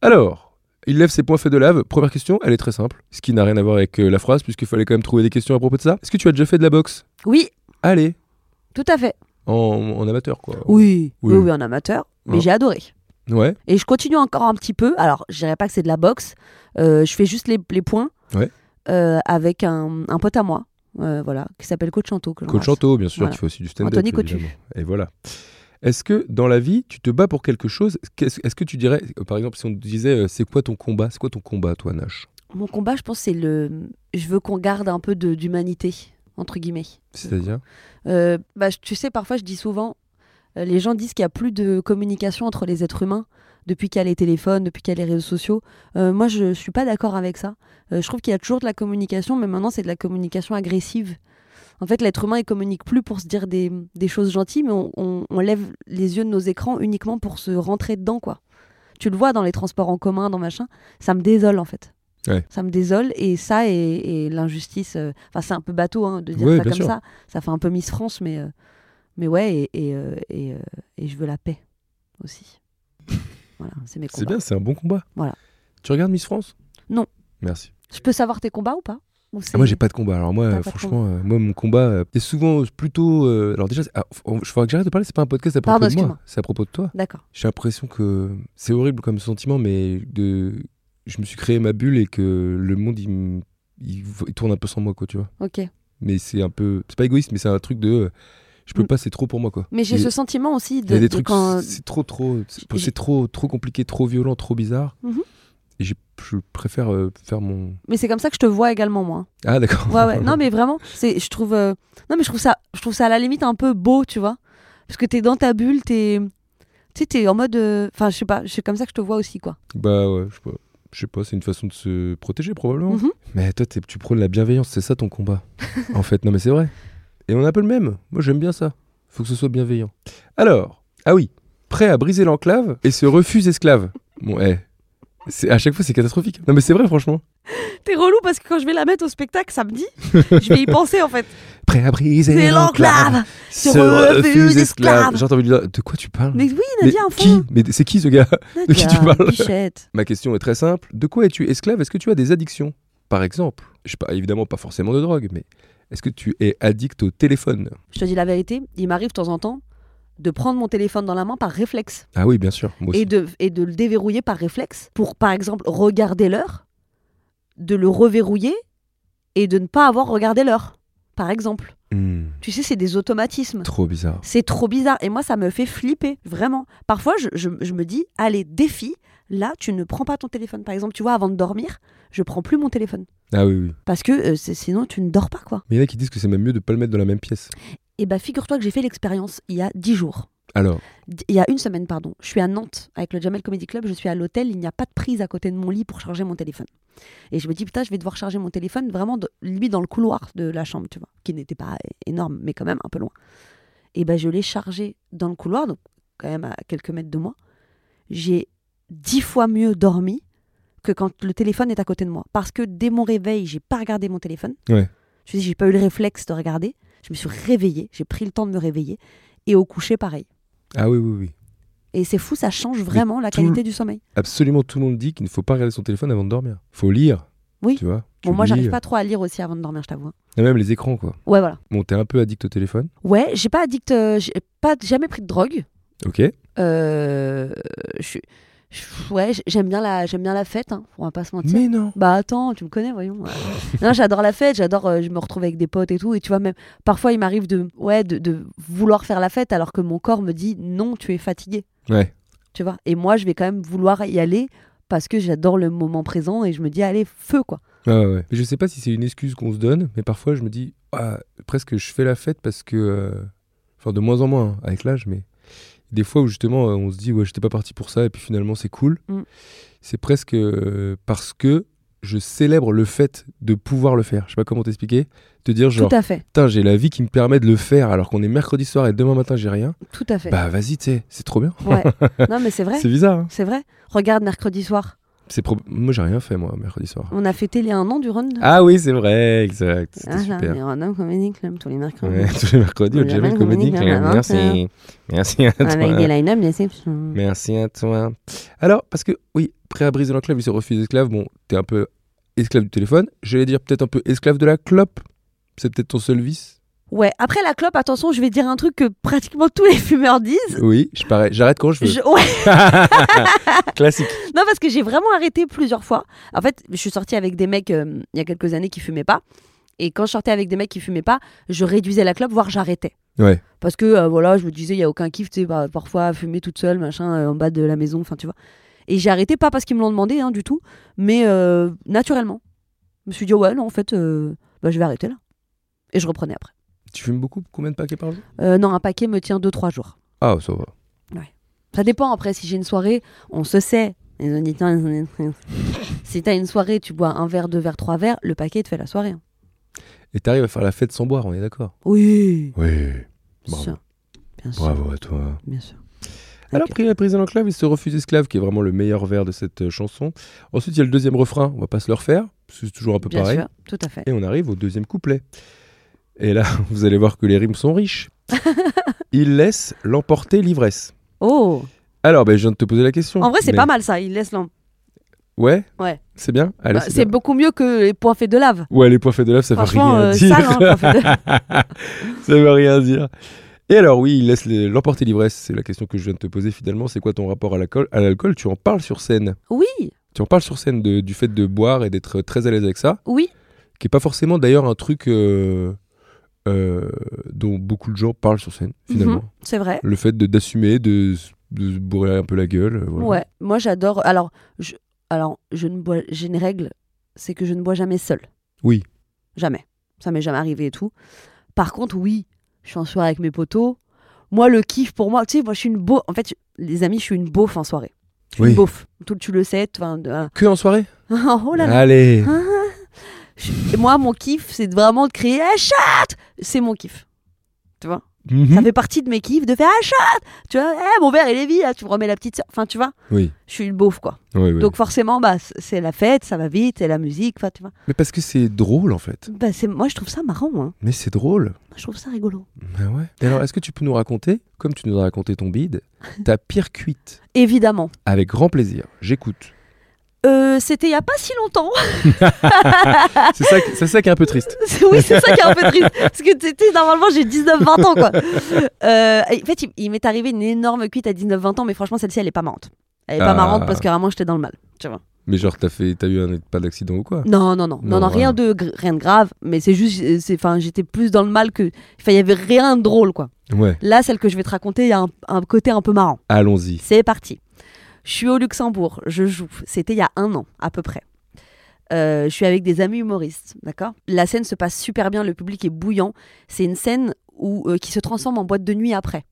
Alors, il lève ses points faits de lave. Première question, elle est très simple. Ce qui n'a rien à voir avec euh, la phrase, puisqu'il fallait quand même trouver des questions à propos de ça. Est-ce que tu as déjà fait de la boxe Oui, Allez, tout à fait. en, en amateur, quoi. Oui, Oui. Ah. oui, oui, en amateur. Mais Ouais. j'ai adoré. Ouais, Et je continue encore un petit peu. Alors, je dirais pas que c'est de la boxe. Euh, je fais juste les, les points. Ouais. euh, avec un, un pote à moi, euh, voilà, qui s'appelle Coach Chanteau. que Coach j'embrasse. Chanteau, bien sûr, Voilà. qui fait aussi du stand-up. Anthony Cotu. évidemment. Et voilà. Est-ce que dans la vie, tu te bats pour quelque chose Qu'est-ce- Est-ce que tu dirais, euh, par exemple, si on te disait, euh, c'est quoi ton combat C'est quoi ton combat, toi, Nash Mon combat, je pense, c'est le. Je veux qu'on garde un peu de- d'humanité, entre guillemets. C'est-à-dire Euh, bah, je- tu sais, parfois, je dis souvent, euh, les gens disent qu'il n'y a plus de communication entre les êtres humains depuis qu'il y a les téléphones, depuis qu'il y a les réseaux sociaux. Euh, moi, je ne suis pas d'accord avec ça. Euh, je trouve qu'il y a toujours de la communication, mais maintenant, c'est de la communication agressive. En fait, l'être humain, il communique plus pour se dire des, des choses gentilles, mais on, on- on lève les yeux de nos écrans uniquement pour se rentrer dedans, quoi. Tu le vois dans les transports en commun, dans machin, ça me désole, en fait. Ouais. Ça me désole, et ça, et, et l'injustice... euh, Enfin, c'est un peu bateau hein, de dire Ouais, ça bien comme sûr. ça. Ça fait un peu Miss France, mais... euh, mais ouais, et, et, euh, et, euh, et je veux la paix aussi. Voilà, c'est mes C'est combats. bien, c'est un bon combat. Voilà. Tu regardes Miss France Non. Merci. Je peux savoir tes combats ou pas Ou Ah, c'est- moi, j'ai pas de combat. Alors, moi, T'as euh, pas de franchement, euh, moi, mon combat, euh, c'est souvent euh, plutôt. euh, alors, déjà, c'est- ah, f- je faudra que j'arrête de parler, c'est pas un podcast à propos Pardon, de moi. excuse-moi. C'est à propos de toi. D'accord. J'ai l'impression que c'est horrible comme sentiment, mais de... je me suis créé ma bulle et que le monde, il, m- il v- il tourne un peu sans moi, quoi, tu vois. Ok. Mais c'est un peu. C'est pas égoïste, mais c'est un truc de. euh, Je peux Mm. pas, c'est trop pour moi, quoi. Mais j'ai Il- ce sentiment aussi Il y de, a de des trucs, quand. c'est trop, trop, c'est J'ai- c'est trop, trop compliqué, trop violent, trop bizarre. Mhm. Et j'ai- je préfère euh, faire mon. Mais c'est comme ça que je te vois également moi. Ah d'accord. Ouais ouais. non mais vraiment, c'est je trouve. euh, Non mais je trouve ça, je trouve ça à la limite un peu beau, tu vois, parce que t'es dans ta bulle, t'es, tu sais, t'es en mode. euh, Enfin, je sais pas, c'est comme ça que je te vois aussi quoi. Bah ouais, je sais pas. Je sais pas, c'est une façon de se protéger probablement. Mhm. Mais toi, t'es- tu prônes la bienveillance, c'est ça ton combat. en fait, non mais c'est vrai. Et on a un peu le même. Moi, j'aime bien ça. Faut que ce soit bienveillant. Alors, ah oui, prêt à briser l'enclave et se refuse esclave. Bon, eh, c'est- à chaque fois c'est catastrophique. Non mais c'est vrai franchement. T'es relou parce que quand je vais la mettre au spectacle samedi, je vais y penser en fait. Prêt à briser C'est l'enclave, l'enclave. se se refuse refuse esclave. esclave. J'ai entendu dire, de quoi tu parles Mais oui, Mais Nadia, enfin. qui Mais c'est qui ce gars de qui tu Nadia, parles Bichette. Ma question est très simple. De quoi es-tu esclave Est-ce que tu as des addictions Par exemple, je sais pas, évidemment pas forcément de drogue, mais est-ce que tu es addict au téléphone Je te dis la vérité, il m'arrive de temps en temps de prendre mon téléphone dans la main par réflexe Ah oui, bien sûr. Moi aussi. et de, et de le déverrouiller par réflexe pour, par exemple, regarder l'heure, de le reverrouiller et de ne pas avoir regardé l'heure, par exemple. Hmm, Tu sais, c'est des automatismes. trop bizarre. C'est trop bizarre et moi, ça me fait flipper, vraiment. Parfois, je, je- je me dis, allez, défi, là, tu ne prends pas ton téléphone. Par exemple, tu vois, avant de dormir, je prends plus mon téléphone Ah oui, oui. parce que euh, c'est- sinon, tu ne dors pas, quoi. Mais il y en a qui disent que c'est même mieux de pas le mettre dans la même pièce. Et bah, figure-toi que j'ai fait l'expérience il y a 10 jours. Alors, D- il y a une semaine, pardon, je suis à Nantes avec le Jamel Comedy Club, je suis à l'hôtel, il n'y a pas de prise à côté de mon lit pour charger mon téléphone. Et je me dis, putain, je vais devoir charger mon téléphone vraiment, de, lui, dans le couloir de la chambre, tu vois, qui n'était pas énorme, mais quand même un peu loin. Et ben, je l'ai chargé dans le couloir, donc quand même à quelques mètres de moi. J'ai dix fois mieux dormi que quand le téléphone est à côté de moi. Parce que dès mon réveil, j'ai pas regardé mon téléphone. Ouais. Je me suis dit, j'ai pas eu le réflexe de regarder. Je me suis réveillée, j'ai pris le temps de me réveiller. Et au coucher, pareil. ah oui, oui, oui. Et c'est fou, ça change vraiment la qualité du sommeil. Absolument tout le monde dit qu'il ne faut pas regarder son téléphone avant de dormir. Faut lire. Oui. Tu vois. tu euh. Bon, moi, lis. j'arrive pas trop à lire aussi avant de dormir, je t'avoue. hein. Et même les écrans, quoi. Ouais, voilà. Bon, t'es un peu addict au téléphone. Ouais, j'ai pas addict, euh, j'ai pas jamais pris de drogue. Ok. Euh, je suis- je- ouais, j'aime bien la, j'aime bien la fête. hein, on va pas se mentir. Mais non. Bah attends, tu me connais, voyons. Ouais. non, j'adore la fête, j'adore, euh, je me retrouve avec des potes et tout. Et tu vois, même parfois, il m'arrive de, ouais, de, de vouloir faire la fête alors que mon corps me dit non, tu es fatigué. Ouais. Tu vois. Et moi, je vais quand même vouloir y aller parce que j'adore le moment présent et je me dis allez feu quoi. Ouais, ouais, ouais. Mais Je sais pas si c'est une excuse qu'on se donne, mais parfois je me dis, Ah, presque je fais la fête parce que. euh, Enfin, de moins en moins, hein, avec l'âge, mais. Des fois où justement euh, on se dit, ouais, j'étais pas parti pour ça, et puis finalement c'est cool. Mm. C'est presque euh, parce que je célèbre le fait de pouvoir le faire. Je sais pas comment t'expliquer. Te dire, genre, Tout à fait, putain, j'ai la vie qui me permet de le faire alors qu'on est mercredi soir et demain matin j'ai rien. tout à fait. Bah vas-y, tu sais, c'est trop bien. Ouais. non, mais c'est vrai. C'est bizarre. hein. C'est vrai. Regarde, mercredi soir, C'est prob- Moi j'ai rien fait, moi, mercredi soir. on a fêté les un an du run. Ah oui, c'est vrai, exact. C'était là, super. les hein, Random Comedy Club tous les mercredis. Ouais, tous les mercredis au Le Jamel Jamel Comedy Comedy Club, Club. à Merci. Merci à toi. Avec des line-up d'exception. Merci à toi. Alors, parce que, oui, prêt à briser l'enclave, il se refuse esclave. Bon, t'es un peu esclave du téléphone. J'allais dire peut-être un peu esclave de la clope. C'est peut-être ton seul vice. Ouais. Après la clope, attention, je vais dire un truc que pratiquement tous les fumeurs disent. Oui, je parais- j'arrête quand je veux. Je- ouais. Classique. Non, parce que j'ai vraiment arrêté plusieurs fois. En fait, je suis sortie avec des mecs euh, il y a quelques années qui fumaient pas. Et quand je sortais avec des mecs qui fumaient pas, je réduisais la clope, voire j'arrêtais. Ouais. Parce que euh, voilà, je me disais, il y a aucun kiff, tu sais, bah, parfois fumer toute seule, machin, euh, en bas de la maison, enfin, tu vois. Et j'ai arrêté, pas parce qu'ils me l'ont demandé, hein, du tout, mais euh, naturellement. Je me suis dit, ouais, non, en fait, euh, bah, je vais arrêter là. Et je reprenais après. Tu fumes beaucoup Combien de paquets par jour Euh, non, un paquet me tient 2-3 jours. Ah, ça va. Ça dépend après, si j'ai une soirée, on se sait. Les auditeurs, les auditrices. si t'as une soirée, tu bois un verre, deux verres, trois verres, le paquet te fait la soirée. hein. Et t'arrives à faire la fête sans boire, on est d'accord Oui, Oui. bien Bravo. sûr. Bien sûr. Bravo à toi. Bien sûr. Alors, Ok. pris la prise en enclave, il se refuse esclave, qui est vraiment le meilleur vers de cette euh, chanson. Ensuite, il y a le deuxième refrain, on va pas se le refaire, parce que c'est toujours un peu Bien pareil. sûr, tout à fait. Et on arrive au deuxième couplet. Et là, vous allez voir que les rimes sont riches. il laisse l'emporter l'ivresse. Oh Alors, ben, je viens de te poser la question. En vrai, c'est mais- pas mal ça, il laisse l'en. Ouais Ouais. C'est bien Allez, Bah, c'est c'est bien. beaucoup mieux que les points faits de lave. Ouais, les points faits de l'œuf, ça veut Franchement, rien euh, dire. sale, hein, points faits de lave. ça veut rien dire. Et alors oui, il laisse les- l'emporter l'ivresse. C'est la question que je viens de te poser finalement. C'est quoi ton rapport à l'alcool À l'alcool, tu en parles sur scène. Oui, Tu en parles sur scène de- du fait de boire et d'être très à l'aise avec ça, oui. qui est pas forcément d'ailleurs un truc euh, euh, dont beaucoup de gens parlent sur scène finalement. mhm, C'est vrai. Le fait de- d'assumer, de, s- de se bourrer un peu la gueule. euh, voilà. Ouais, moi j'adore. Alors, je, alors je ne bois, j'ai une règle, c'est que je ne bois jamais seul. Oui. Jamais. Ça m'est jamais arrivé et tout. Par contre, oui, je suis en soirée avec mes potos. Moi, le kiff pour moi, tu sais, moi je suis une beau. En fait, je- les amis, je suis une beauf en soirée. Je suis Oui. une beauf. Tout, tu le sais. tu- enfin, de- ah. Que en soirée oh là là. Allez. Ah. Je- et moi, mon kiff, c'est de vraiment de crier ah, chat C'est mon kiff. Tu vois Mhm. Ça fait partie de mes kiffs de faire ah, chat Tu vois Eh, Mon verre, il est vide. là, Tu me remets la petite soeur. Enfin, tu vois Oui. Je suis une beauf, quoi. Ouais, ouais. Donc forcément, bah, c- c'est la fête, ça va vite, et la musique, enfin, tu vois. Mais parce que c'est drôle en fait. Bah, c'est- moi, je trouve ça marrant, hein. moi. Mais c'est drôle. Je trouve ça rigolo. Ben ouais. Et alors, est-ce que tu peux nous raconter, comme tu nous as raconté ton bide, ta pire cuite Évidemment. Avec grand plaisir, j'écoute. Euh, C'était il n'y a pas si longtemps. C'est ça, qui- c'est ça qui est un peu triste. C'est- oui, c'est ça qui est un peu triste. Parce que tu sais, normalement, j'ai 19-20 ans, quoi. Euh, et en fait, il, il m'est arrivé une énorme cuite à 19-20 ans, mais franchement, celle-ci, elle est pas marrante. Elle est pas Ah. marrante parce que vraiment, j'étais dans le mal. Tu vois. Mais genre, t'as fait, t'as eu un pas d'accident ou quoi Non, non, non, non, Non, non, rien ouais. de gr- rien de grave, mais c'est juste, euh, c'est, enfin, j'étais plus dans le mal que, enfin, il y avait rien de drôle, quoi. Ouais. Là, celle que je vais te raconter, il y a un- un côté un peu marrant. Allons-y. C'est parti. Je suis au Luxembourg, je joue. C'était il y a un an à peu près. Euh, je suis avec des amis humoristes, d'accord La scène se passe super bien, le public est bouillant. C'est une scène où, euh, qui se transforme en boîte de nuit après.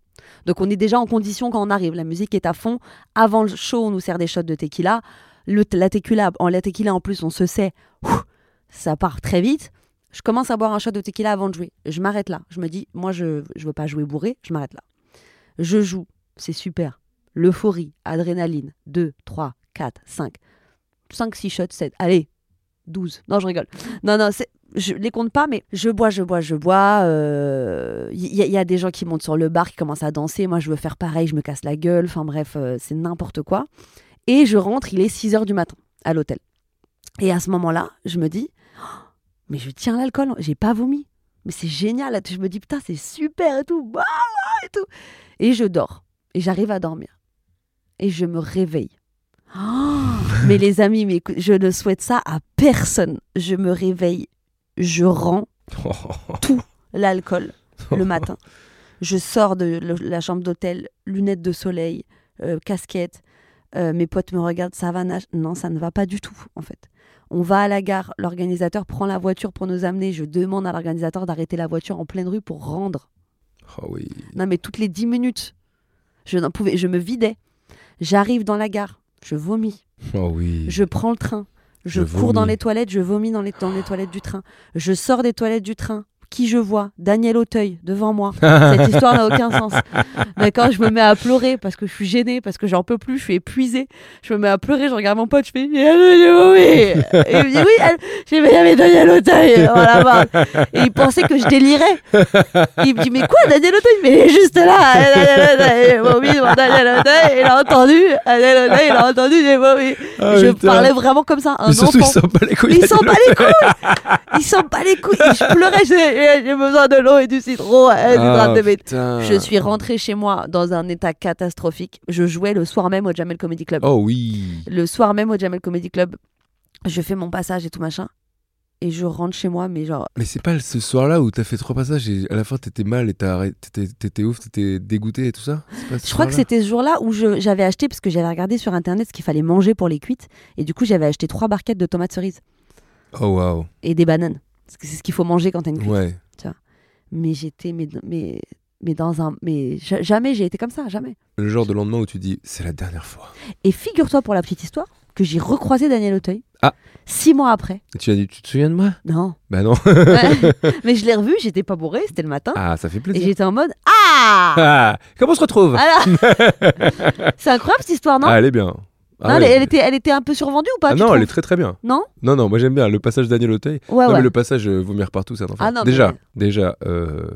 Donc on est déjà en condition quand on arrive. La musique est à fond. Avant le show, on nous sert des shots de tequila. Le, la, tequila en, la tequila, en plus, on se sait, ouf, ça part très vite. Je commence à boire un shot de tequila avant de jouer. Je m'arrête là. Je me dis, moi, je je veux pas jouer bourré, je m'arrête là. Je joue, c'est super l'euphorie, adrénaline, 2, 3, 4, 5, 5, 6 shots, 7, allez, 12. Non, je rigole. Non, non, c'est- je les compte pas, mais je bois, je bois, je bois. euh, Il y, a- il y a des gens qui montent sur le bar, qui commencent à danser. Moi, je veux faire pareil, je me casse la gueule. Enfin bref, euh, c'est n'importe quoi. Et je rentre, il est 6 heures du matin à l'hôtel. Et à ce moment-là, je me dis, Oh, mais je tiens l'alcool, j'ai pas vomi. Mais c'est génial. Je me dis, putain, c'est super et tout. Voilà, et tout. Et je dors. Et j'arrive à dormir et je me réveille. mais les amis, mais écou- je ne souhaite ça à personne. Je me réveille, je rends Oh l'alcool le matin. Je sors de le- la chambre d'hôtel, lunettes de soleil, euh, casquette. Euh, mes potes me regardent, ça va Nash Non, ça ne va pas du tout, en fait. On va à la gare, l'organisateur prend la voiture pour nous amener. Je demande à l'organisateur d'arrêter la voiture en pleine rue pour rendre. Oh oui. Non, mais toutes les 10 minutes, je n'en pouvais, je me vidais. J'arrive dans la gare, je vomis, Oh oui. je prends le train, je, Je cours dans vomis. les toilettes, je vomis dans les, dans les toilettes du train, je sors des toilettes du train. Qui je vois Daniel Auteuil devant moi. Cette histoire n'a aucun sens. D'accord, je me mets à pleurer parce que je suis gênée, parce que j'en peux plus, je suis épuisée. Je me mets à pleurer, je regarde mon pote, je fais Mais allô, j'ai vomi Et il me dit Oui, allô. je dis Mais il y avait Daniel Auteuil Oh, la vache. Et il pensait que je délirais. Il me dit Mais quoi, Daniel Auteuil Mais il est juste là Daniel Auteuil, J'ai vomi devant Daniel Auteuil, il a entendu Daniel Auteuil, il a entendu, j'ai vomi Ah, Je putain. parlais vraiment comme ça, un Mais surtout, il enfant. s'en bat les couilles. Mais il s'en bat les couilles Il s'en bat les couilles. Et je pleurais, j'ai j'ai besoin de l'eau et du citron. eh, du drame de mes- Ah, putain. Je suis rentrée chez moi dans un état catastrophique. Je jouais le soir même au Jamel Comedy Club. Oh oui. Le soir même au Jamel Comedy Club, je fais mon passage et tout machin. Et je rentre chez moi, mais genre, Mais c'est pas ce soir-là où t'as fait trois passages et à la fin t'étais mal et t'as arrêt- t'étais t'étais ouf, t'étais dégoûté et tout ça C'est pas ce Je crois soir-là que c'était ce jour-là où je- j'avais acheté, parce que j'avais regardé sur internet ce qu'il fallait manger pour les cuites, et du coup j'avais acheté trois barquettes de tomates cerises Oh waouh. et des bananes. Parce que c'est ce qu'il faut manger quand t'as une cuite. Ouais. Mais j'étais, mais, mais, mais dans un. Mais ja- jamais j'ai été comme ça, jamais. Le genre de lendemain où tu dis c'est la dernière fois. Et figure-toi pour la petite histoire que j'ai recroisé Daniel Auteuil. Ah. Six mois après. Et tu as dit tu te souviens de moi Non. Bah non. Ouais. mais je l'ai revu, j'étais pas bourré, c'était le matin. Ah, ça fait et plaisir. j'étais en mode Ah Ah, comment on se retrouve Voilà. C'est incroyable cette histoire, non, Ah, elle est bien. Ah Non, elle, ouais. elle était, elle était un peu survendue ou pas Ah tu non, elle est trouves très très bien. Non Non, non, moi j'aime bien le passage Daniel Auteuil. Ouais, non, Ah ouais. mais le passage euh, vomir partout, c'est un enfer. Ah non, mais- déjà, déjà, euh,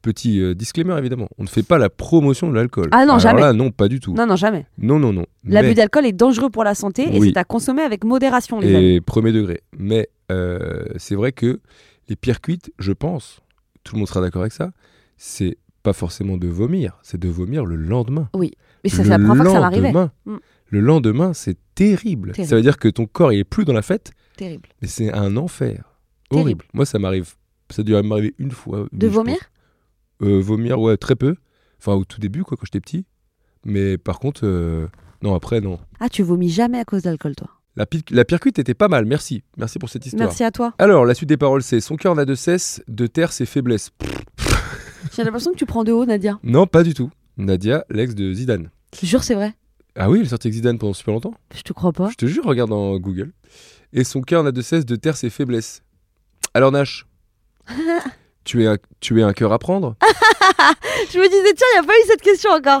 petit euh, disclaimer évidemment, on ne fait pas la promotion de l'alcool. Ah non, Alors jamais. là, non, pas du tout. Non, non, jamais. Non, non, non. L'abus Mais- d'alcool est dangereux pour la santé et Oui. c'est à consommer avec modération, les amis. et premier degré. Mais euh, c'est vrai que les pires cuites, je pense, tout le monde sera d'accord avec ça, c'est pas forcément de vomir, c'est de vomir le lendemain. Mais ça, Le c'est la première fois que ça m'arrivait. lendemain. Mm. Le lendemain, c'est terrible. Terrible. Ça veut dire que ton corps, il est plus dans la fête, Terrible. mais c'est un enfer. Terrible. Horrible. Moi, ça m'arrive. Ça a dû m'arriver une fois. De je vomir pense. Euh, Vomir, ouais, très peu. Enfin, au tout début, quoi, quand j'étais petit. Mais par contre, euh, non, après, non. Ah, tu vomis jamais à cause d'alcool, toi. La, pi- la pire cuite était pas mal. Merci. Merci pour cette histoire. Merci à toi. Alors, la suite des paroles, c'est Son cœur n'a de cesse, de terre ses faiblesses. Pff, J'ai l'impression que tu prends de haut, Nadia. Non, pas du tout. Nadia, l'ex de Zidane. Je te jure, c'est vrai. Ah oui, elle est sortie avec Zidane pendant super longtemps. Je te crois pas. Je te jure, regarde dans Google. Et son cœur n'a de cesse, de terre ses faiblesses. Alors, Nash, tu es un, tu es un cœur à prendre Je me disais, tiens, il n'y a pas eu cette question encore.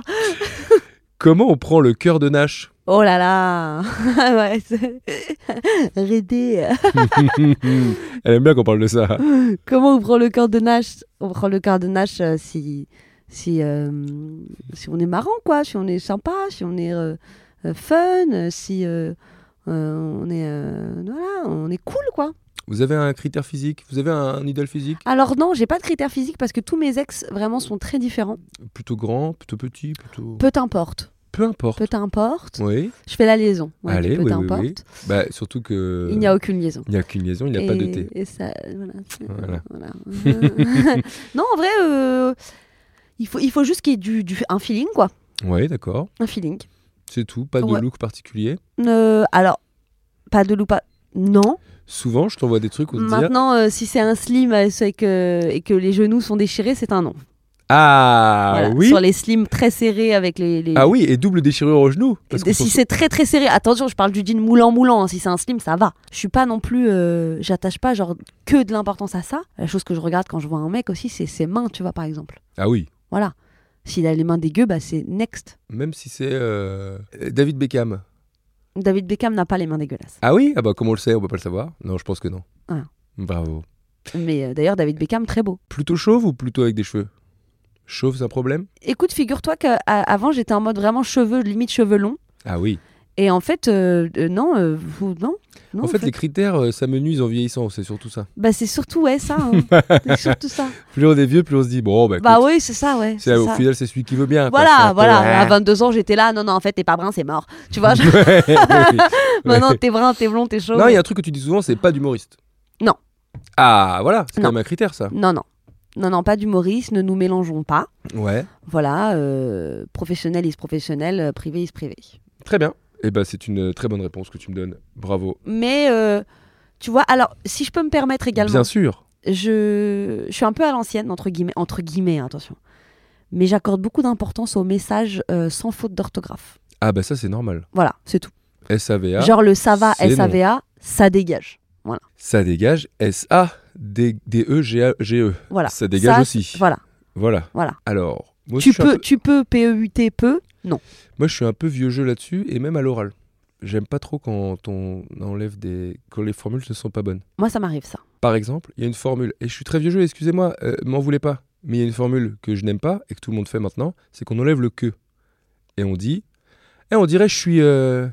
Comment on prend le cœur de Nash Oh là là. ouais, c'est- Rédé. Hmm, Elle aime bien qu'on parle de ça. Comment on prend le cœur de Nash On prend le cœur de Nash euh, si, si, euh, si on est marrant, quoi. Si on est sympa, si on est euh, euh, fun, euh, si euh, euh, on, est, euh, voilà, on est cool, quoi. Vous avez un critère physique Vous avez un, un idole physique Alors non, j'ai pas de critères physiques parce que tous mes ex vraiment sont très différents. Plutôt grand, plutôt petit, plutôt... Peu importe, Peu importe. peu importe. Oui. Je fais la liaison. Ouais, Allez, peu oui, oui, importe. oui. Bah, surtout que... Il n'y a aucune liaison. il n'y a qu'une liaison, il n'y a pas de Et- thé. Et ça, voilà. Voilà. Voilà. non, en vrai, euh, il faut il faut juste qu'il y ait du, du- un feeling quoi, Oui, d'accord. un feeling. C'est tout, pas de Ouais. look particulier. Euh, alors pas de loupa. Non. Souvent, je t'envoie des trucs où te dire Maintenant, euh, si c'est un slim euh, c'est que- et que les genoux sont déchirés, c'est un non. Ah Voilà. oui Sur les slims très serrés avec les, les- Ah oui, et double déchirure au genou. Parce Et qu'on si s'en- c'est très très serré, attention, je parle du jean moulant moulant. hein, si c'est un slim, ça va. Je suis pas non plus, euh, j'attache pas genre que de l'importance à ça. La chose que je regarde quand je vois un mec aussi, c'est ses mains, tu vois par exemple. Ah oui, Voilà. S'il a les mains dégueu, bah c'est next. même si c'est euh, David Beckham. David Beckham n'a pas les mains dégueulasses. Ah oui Ah bah comment on le sait On peut pas le savoir Non, je pense que non. Ah. Bravo. Mais euh, d'ailleurs, David Beckham très beau. Plutôt chauve ou plutôt avec des cheveux Chauve, c'est un problème Écoute, figure-toi qu'avant j'étais en mode vraiment cheveux, limite cheveux longs. Ah oui. Et en fait, euh, euh, non, euh, vous- non, non, en, fait, les critères, euh, ça me nuise en vieillissant, c'est surtout ça. Bah c'est surtout ouais ça. hein. c'est surtout ça. Plus on est vieux, plus on se dit, bon, bah, Bah écoute, oui, c'est ça ouais. c'est- c'est au ça. final, c'est celui qui veut bien. quoi. C'est un Voilà, peu- voilà. À 22 ans, j'étais là. Non, non, en fait, t'es pas brun, c'est mort. Tu vois, genre, Ouais, hein. oui. maintenant, t'es brun, t'es blond, t'es chaud. Non, il y a un truc que tu dis souvent, c'est pas d'humoriste. Non. Ah, voilà, c'est quand Non. même un critère, ça. Non, non. Non, non, pas d'humoriste, ne nous mélangeons pas. Ouais. Voilà, euh, professionnel is professionnel, euh, privé is privé. Très bien. Eh ben, c'est une euh, très bonne réponse que tu me donnes. Bravo. Mais, euh, tu vois, alors, si je peux me permettre également, Bien sûr. je, je suis un peu à l'ancienne, entre guillemets, entre guillemets, hein, attention. Mais j'accorde beaucoup d'importance aux messages euh, sans faute d'orthographe. Ah bah ça c'est normal. Voilà, c'est tout. SAVA, Genre le ça va, Ah, c'est SAVA, ça dégage. ça dégage. SA, D, D, E, G, A, G, E. Voilà. Ça dégage Ça, aussi. Voilà, Voilà. voilà. Alors, moi, tu je suis un peux, peu- tu peux PEUT peu. Non. moi je suis un peu vieux jeu là-dessus et même à l'oral. J'aime pas trop quand on enlève des... quand les formules ne sont pas bonnes. Moi, ça m'arrive ça. Par exemple, il y a une formule, et je suis très vieux jeu, excusez-moi, euh, m'en voulez pas, mais il y a une formule que je n'aime pas et que tout le monde fait maintenant, c'est qu'on enlève le que. Et on dit... Et on dirait je suis... euh,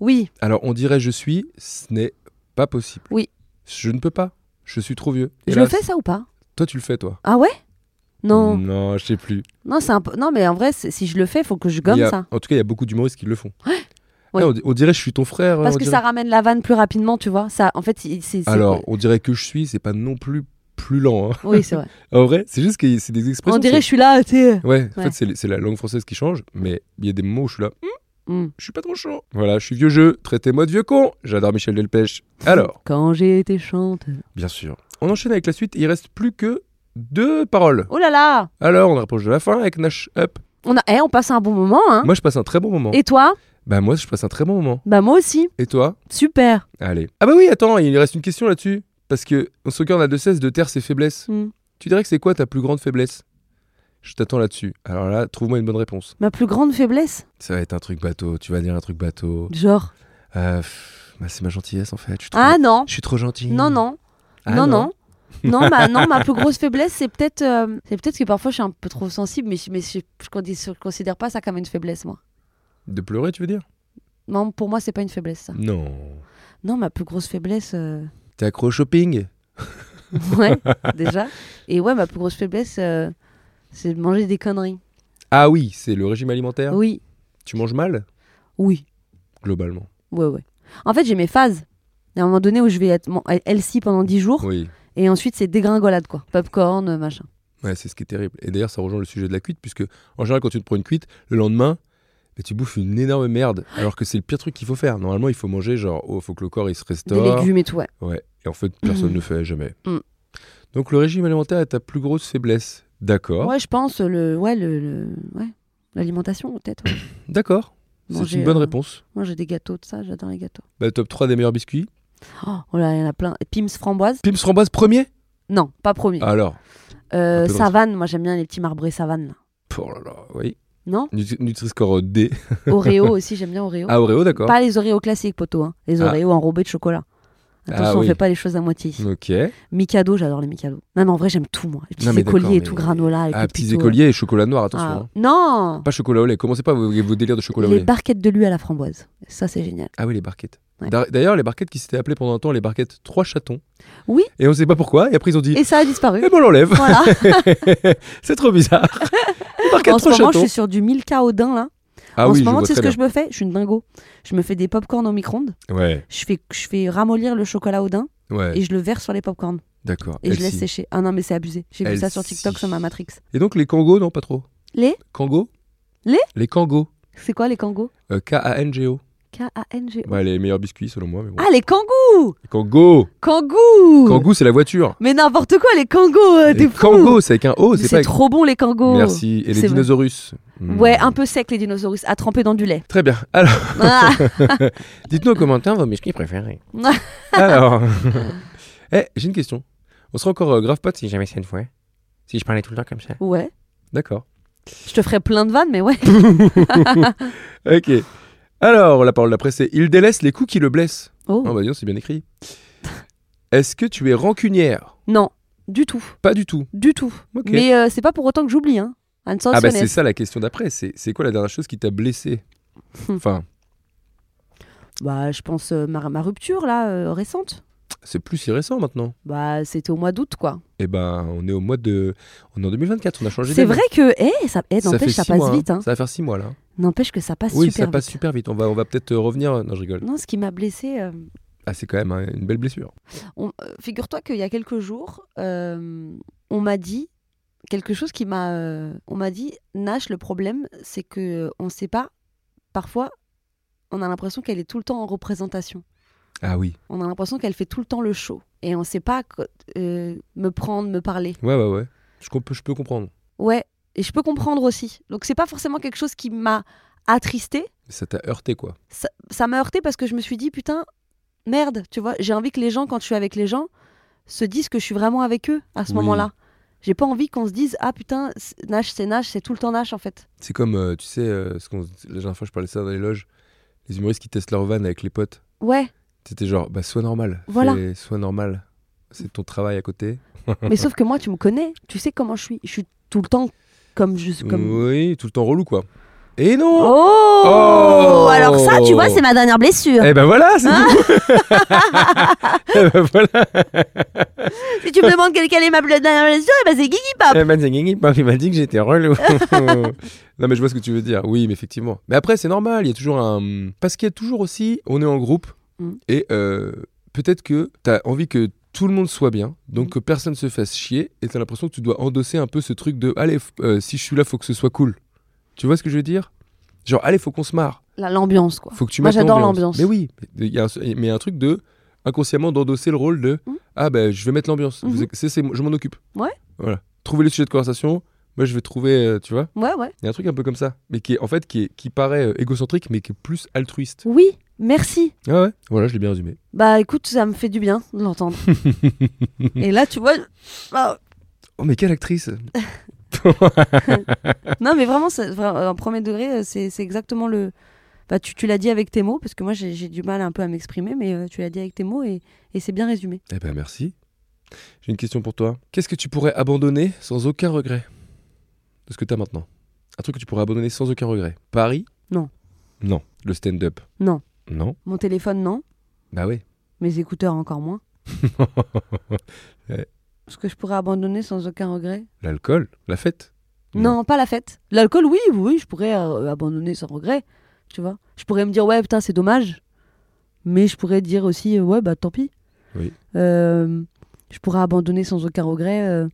Oui, Alors, on dirait je suis, ce n'est pas possible. Oui. Je ne peux pas. Je suis trop vieux. Et Je là, Hmm. le fais ça ou pas Toi, tu le fais, toi. Ah ouais Non. Non, je sais plus. Non, c'est un peu... Non, mais en vrai, c'est- si je le fais, faut que je Il gomme y a- ça. En tout cas, il y a beaucoup d'humoristes qui le font. Ouais. Ah, on, di- on dirait je suis ton frère. Parce on que dirait- ça ramène la vanne plus rapidement, tu vois. Ça, en fait, c'est- c'est... c'est- Alors, on dirait que je suis, c'est pas non plus plus lent. hein. Oui, c'est vrai. En vrai, c'est juste que c'est des expressions. On dirait je suis là, tu sais. c'est- Ouais, en Ouais. fait, c'est le- c'est la langue française qui change, mais il y a des moments où je suis là. Hum, Mm. Je suis pas trop chaud. Voilà, je suis vieux jeu. Traitez-moi de vieux con. J'adore Michel Delpech. Alors, Quand j'ai été chanteuse. bien sûr. On enchaîne avec la suite. Il reste plus que deux paroles. Oh là là Alors, on approche de la fin avec Nash Up. on, a... eh, on passe un bon moment, hein moi, je passe un très bon moment. Et toi Bah, moi, je passe un très bon moment. Bah moi aussi. Et toi Super. Allez. Ah, bah oui, attends, il reste une question là-dessus. Parce que on se garde à deux cesse de taire ses faiblesses. Mm. Tu dirais que c'est quoi ta plus grande faiblesse Je t'attends là-dessus. Alors là, trouve-moi une bonne réponse. Ma plus grande faiblesse Ça va être un truc bateau. Tu vas dire un truc bateau. Genre... Euh, pff, bah, c'est ma gentillesse en fait. Je suis trop, Ah non je suis trop gentil. Non, non. Ah, non, non. Non, ma, non, ma plus grosse faiblesse, c'est peut-être euh, c'est peut-être que parfois je suis un peu trop sensible, mais, je- mais je ne considère pas ça comme une faiblesse, moi. De pleurer, tu veux dire Non, pour moi, c'est pas une faiblesse, ça. Non. Non, ma plus grosse faiblesse, euh, T'es accro au shopping ouais, déjà. Et ouais, ma plus grosse faiblesse, euh, c'est de manger des conneries. Ah oui, c'est le régime alimentaire. Oui, Tu manges mal oui, Globalement. ouais, ouais. En fait, j'ai mes phases. Il y a un moment donné où je vais être mon- healthy pendant 10 jours, Oui. et ensuite, c'est dégringolade, quoi. Popcorn, euh, machin. Ouais, c'est ce qui est terrible. Et d'ailleurs, ça rejoint le sujet de la cuite, puisque en général, quand tu te prends une cuite, le lendemain, bah, tu bouffes une énorme merde, alors que c'est le pire truc qu'il faut faire. Normalement, il faut manger, genre, il faut que le corps il se Des restaure. légumes et tout, ouais. Ouais. Et en fait, personne ne le fait jamais. Mm. Donc, le régime alimentaire est ta plus grosse faiblesse. D'accord. Ouais, je pense, le, ouais, le, le- ouais, l'alimentation, peut-être. ouais. D'accord. C'est Manger, une bonne euh, réponse. Moi, j'ai des gâteaux de ça, j'adore les gâteaux. Bah, top 3 des meilleurs biscuits. Oh, oh là, il y en a plein. Pims framboise Pims framboise premier Non, pas premier. Alors. Euh, Ah, un peu dans- savane, moi, j'aime bien les petits marbrés savane, là. Oh là là, oui. Non Nutri- Nutri-score euh, D. Oreo aussi, j'aime bien Oreo. Ah, Oreo, d'accord. Pas les Oreos classiques, poteau. Hein. Les Ah. Oreos enrobés de chocolat. Attention, Ah oui. on fait pas les choses à moitié ici. Ok. Mikado, j'adore les Mikado. Non, mais en vrai, j'aime tout, moi. Les petits Non, mais écoliers et d'accord, tout, mais- granola. Avec Ah, les petits petits écoliers et chocolat noir, oreos. attention. Ah, hein. Non Pas chocolat au lait. Commencez pas vos, vos délires de chocolat au Les lait. barquettes de lui à la framboise. Ça, c'est génial. Ah oui, les barquettes. Ouais. D'a- D'ailleurs, les barquettes qui s'étaient appelées pendant un temps les barquettes trois chatons. Oui. Et on sait pas pourquoi. Et après, ils ont dit Et ça a disparu. Eh ben, on l'enlève. voilà. c'est trop bizarre. les barquettes en ce trois moment, je chatons. suis sur du Milka au daim, là. Ah en oui, ce moment, je tu sais vois ce très que je me fais Je suis une dingo. Je me fais des popcorn au micro-ondes. bien. Ouais, Je fais, je fais ramollir le chocolat au daim ouais. et je le verse sur les popcorn. D'accord. Et je Elsie. laisse sécher. Ah non, mais c'est abusé. J'ai vu ça sur Elsie. TikTok, sur ma Matrix. Et donc, les kangos, non, pas trop. Les Kangos Les Les kangos. C'est quoi les kangos Euh, K-A-N-G-O. K-A-N-G. Ouais, Bah, les meilleurs biscuits, selon moi. Mais bon. Ah, les kangous Les kangos Kangous Kangoo, c'est la voiture. Mais n'importe quoi, les kangous euh, Les T'es fou kangos, c'est avec un O, Mais Oh, c'est C'est pas avec... trop bon, les kangous Merci. Et les C'est vrai. dinosaures. Hmm. Ouais, un peu sec, les dinosaures, à tremper dans du lait. Très bien. Alors, Ah, dites-nous en commentaire vos biscuits préférés. Alors, Eh, j'ai une question. On sera encore euh, grave potes si jamais c'est une fois. Si je parlais tout le temps comme ça. ouais. D'accord. Je te ferai plein de vannes, mais ouais. Ok. Alors, la parole d'après, c'est Il délaisse les coups qui le blessent. Oh. Ah bah dis donc, c'est bien écrit. Est-ce que tu es rancunière Non, du tout, Pas du tout. du tout. Ok. Mais euh, c'est pas pour autant que j'oublie, hein. Anne ah bah c'est Sansonnet. ça la question d'après. C'est c'est quoi la dernière chose qui t'a blessé Hum. Enfin, Bah, je pense euh, ma, ma rupture, là, euh, récente. c'est plus si récent maintenant. Bah, c'était au mois d'août, quoi. Eh ben, on est au mois de... On est en 2024, on a changé C'est d'année. vrai que, eh, ça, eh, ça, fait n'empêche, ça, six passe mois, vite, hein. Ça va faire six mois là. N'empêche que ça passe oui, super ça passe vite. super vite. On va, on va peut-être euh, revenir. Non, je rigole. Non, ce qui m'a blessée. euh, Ah, c'est quand même hein, une belle blessure. On- euh, Figure-toi qu'il y a quelques jours, euh, on m'a dit quelque chose qui m'a. euh, on m'a dit, Nash, le problème, c'est que euh, on ne sait pas. Parfois, on a l'impression qu'elle est tout le temps en représentation. Ah oui. On a l'impression qu'elle fait tout le temps le show. Et on ne sait pas co- euh, me prendre, me parler. Ouais, ouais, ouais. Je, com- je peux comprendre. Ouais, et je peux comprendre aussi. Donc, c'est pas forcément quelque chose qui m'a attristée. Mais ça t'a heurté, quoi. ça ça m'a heurté parce que je me suis dit putain merde tu vois j'ai envie que les gens quand je suis avec les gens se disent que je suis vraiment avec eux à ce Oui. moment-là j'ai pas envie qu'on se dise ah putain c'est- Nash c'est Nash c'est tout le temps Nash en fait C'est comme, euh, tu sais, euh, ce qu'on- la dernière fois, je parlais de ça dans les loges. Les humoristes qui testent leur van avec les potes. ouais C'était genre, bah, sois normal. Voilà. Fais- sois normal. C'est ton travail à côté. mais sauf que moi tu me connais tu sais comment je suis je suis tout le temps comme je comme Oui, tout le temps relou, quoi. Et non Oh, Oh Alors ça, tu vois, c'est ma dernière blessure. Eh ben voilà, c'est hein tout Eh ben voilà Si tu me demandes quelle quelle est ma ble- dernière blessure, eh ben c'est Guigui Pop. Eh ben, c'est Guigui, paf, il m'a dit que j'étais relou Non mais je vois ce que tu veux dire, oui mais effectivement. Mais après c'est normal, il y a toujours un... Parce qu'il y a toujours aussi, on est en groupe, Mm. et euh, peut-être que t'as envie que tout le monde soit bien, donc que personne se fasse chier, et t'as l'impression que tu dois endosser un peu ce truc de « Allez, f- euh, si je suis là, faut que ce soit cool ». Tu vois ce que je veux dire Genre « Allez, faut qu'on se marre ». Là, L'ambiance, quoi. Faut que tu Moi, mettes j'adore l'ambiance. Mais oui, mais il y a un, mais un truc de inconsciemment d'endosser le rôle de Mhm. ah ben je vais mettre l'ambiance. Vous- Mhm. c'est- c'est- je m'en occupe. Ouais. Voilà. Trouver le sujet de conversation. Moi je vais trouver, euh, tu vois, Ouais, ouais. il y a un truc un peu comme ça, mais qui est en fait qui, est- qui paraît euh, égocentrique, mais qui est plus altruiste. Oui, merci. Ah ouais. Voilà, je l'ai bien résumé. Bah écoute, ça me fait du bien de l'entendre. Et là, tu vois, ah, Oh mais quelle actrice non mais vraiment, ça- vra- en premier degré, euh, c'est c'est exactement le. Bah tu, tu l'as dit avec tes mots, parce que moi j'ai j'ai du mal un peu à m'exprimer, mais euh, tu l'as dit avec tes mots et, et c'est bien résumé. Eh ben merci. J'ai une question pour toi. Qu'est-ce que tu pourrais abandonner sans aucun regret de ce que t'as maintenant Un truc que tu pourrais abandonner sans aucun regret. Paris Non. Non. Le stand-up Non. Non. Mon téléphone, non. Bah oui. Mes écouteurs, encore moins. Ce que je pourrais abandonner sans aucun regret. L'alcool, la fête. Non. Non, pas la fête. L'alcool, oui, oui, je pourrais euh, abandonner sans regret, tu vois. Je pourrais me dire, ouais, putain, c'est dommage. Mais je pourrais dire aussi, euh, ouais, bah tant pis. Oui. Euh, je pourrais abandonner sans aucun regret euh,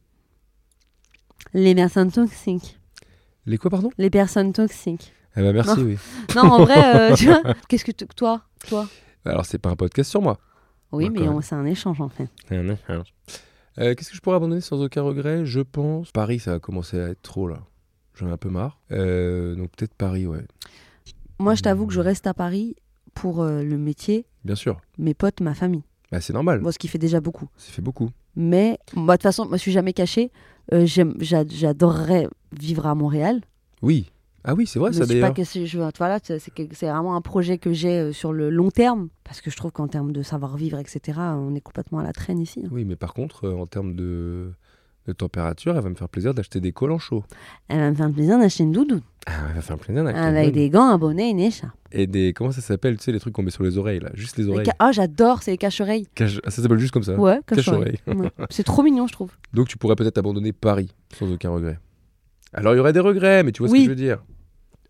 les personnes toxiques. Les quoi, pardon Les personnes toxiques. Eh ben merci, oui. Non, en vrai, euh, tu vois, qu'est-ce que t- toi, toi Alors, c'est pas un podcast sur moi. Oui, Ouais, quand mais même. on- c'est un échange en fait. Euh, Qu'est-ce que je pourrais abandonner sans aucun regret Je pense. Paris, ça va commencer à être trop, là. J'en ai un peu marre. Euh, donc, peut-être Paris, ouais. Moi, je t'avoue que je reste à Paris pour euh, le métier, Bien sûr. mes potes, ma famille. Bah, c'est normal. Bon, ce qui fait déjà beaucoup. Ça fait beaucoup. Mais moi, de toute façon, moi, je suis jamais cachée. Euh, j'aime- j'a- J'adorerais vivre à Montréal. Oui. Ah oui, c'est vrai, mais ça, je sais pas d'ailleurs. que c'est- je veux- voilà, c'est c'est que- c'est vraiment un projet que j'ai euh, sur le long terme. Parce que je trouve qu'en termes de savoir-vivre, etc., on est complètement à la traîne ici. hein. Oui, mais par contre, euh, en termes de... de température, elle va me faire plaisir d'acheter des collants chauds. Elle va me faire plaisir d'acheter une doudoune. Ah, elle va faire plaisir d'acheter avec des... des gants, un bonnet, une écharpe. Et des... Comment ça s'appelle Tu sais, les trucs qu'on met sur les oreilles, là. Juste les Les oreilles. ca- Ah, j'adore, c'est les cache-oreilles. Cache- Ah, ça s'appelle juste comme ça. Ouais, cache-oreilles. Cache-oreille. Ouais. C'est trop mignon, je trouve. Donc tu pourrais peut-être abandonner Paris sans aucun regret. Alors il y aurait des regrets, mais tu vois ce Oui. que je veux dire.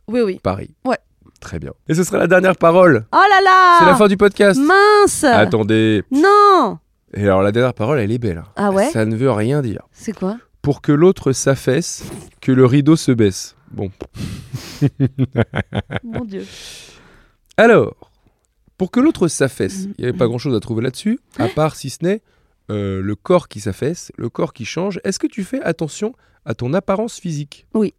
Oui, oui. Paris. Ouais. Très bien. Et ce sera la dernière parole. Oh là là C'est la fin du podcast. Mince Attendez. Non Et alors la dernière parole, elle est belle. hein. Ah ouais Ça ne veut rien dire. C'est quoi Pour que l'autre s'affaisse, que le rideau se baisse. Bon. Mon Dieu. Alors, pour que l'autre s'affaisse, Mm-hmm. il n'y avait pas grand-chose à trouver là-dessus, à part si ce n'est euh, le corps qui s'affaisse, le corps qui change. Est-ce que tu fais attention à ton apparence physique Oui.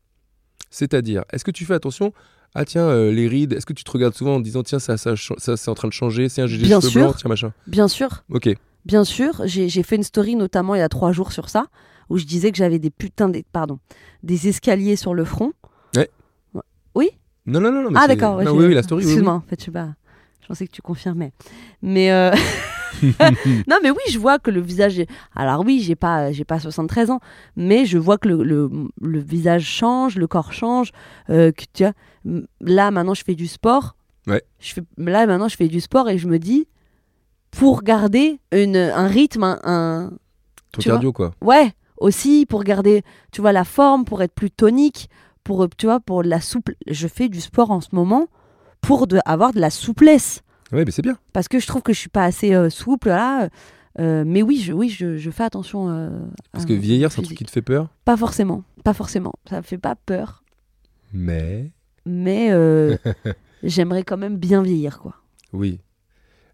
C'est-à-dire, est-ce que tu fais attention à tiens euh, les rides Est-ce que tu te regardes souvent en disant tiens ça ça, ch- ça, c'est en train de changer, tiens j'ai des Bien cheveux sûr. blancs, tiens machin. Bien sûr. Ok. Bien sûr, j'ai j'ai fait une story notamment il y a trois jours sur ça, où je disais que j'avais des putains des, pardon, des escaliers sur le front. Ouais. Ouais. Oui Non non non. non mais Ah c'est- d'accord. ouais, non, j'ai- oui, oui la story. Oui, oui. Excuse-moi, en fait, je sais pas. Je pensais que tu confirmais. Mais euh, non, mais oui, je vois que le visage. est- Alors oui, j'ai pas, j'ai pas 73 ans, mais je vois que le, le, le visage change, le corps change. euh, que tu vois, m- là maintenant, je fais du sport. Ouais. Je fais là maintenant, je fais du sport et je me dis pour garder une, un rythme, un- un, Ton tu cardio quoi. Ouais, aussi pour garder, tu vois, la forme, pour être plus tonique, pour, euh, tu vois, pour de la souple. Je fais du sport en ce moment pour de, avoir de la souplesse. Oui mais c'est bien. Parce que je trouve que je suis pas assez euh, souple là. Euh, mais oui, je, oui, je, je fais attention. euh, Parce à que mon vieillir c'est un truc physique. qui te fait peur. Pas forcément, pas forcément. Ça me fait pas peur, Mais mais euh, j'aimerais quand même bien vieillir, quoi. oui.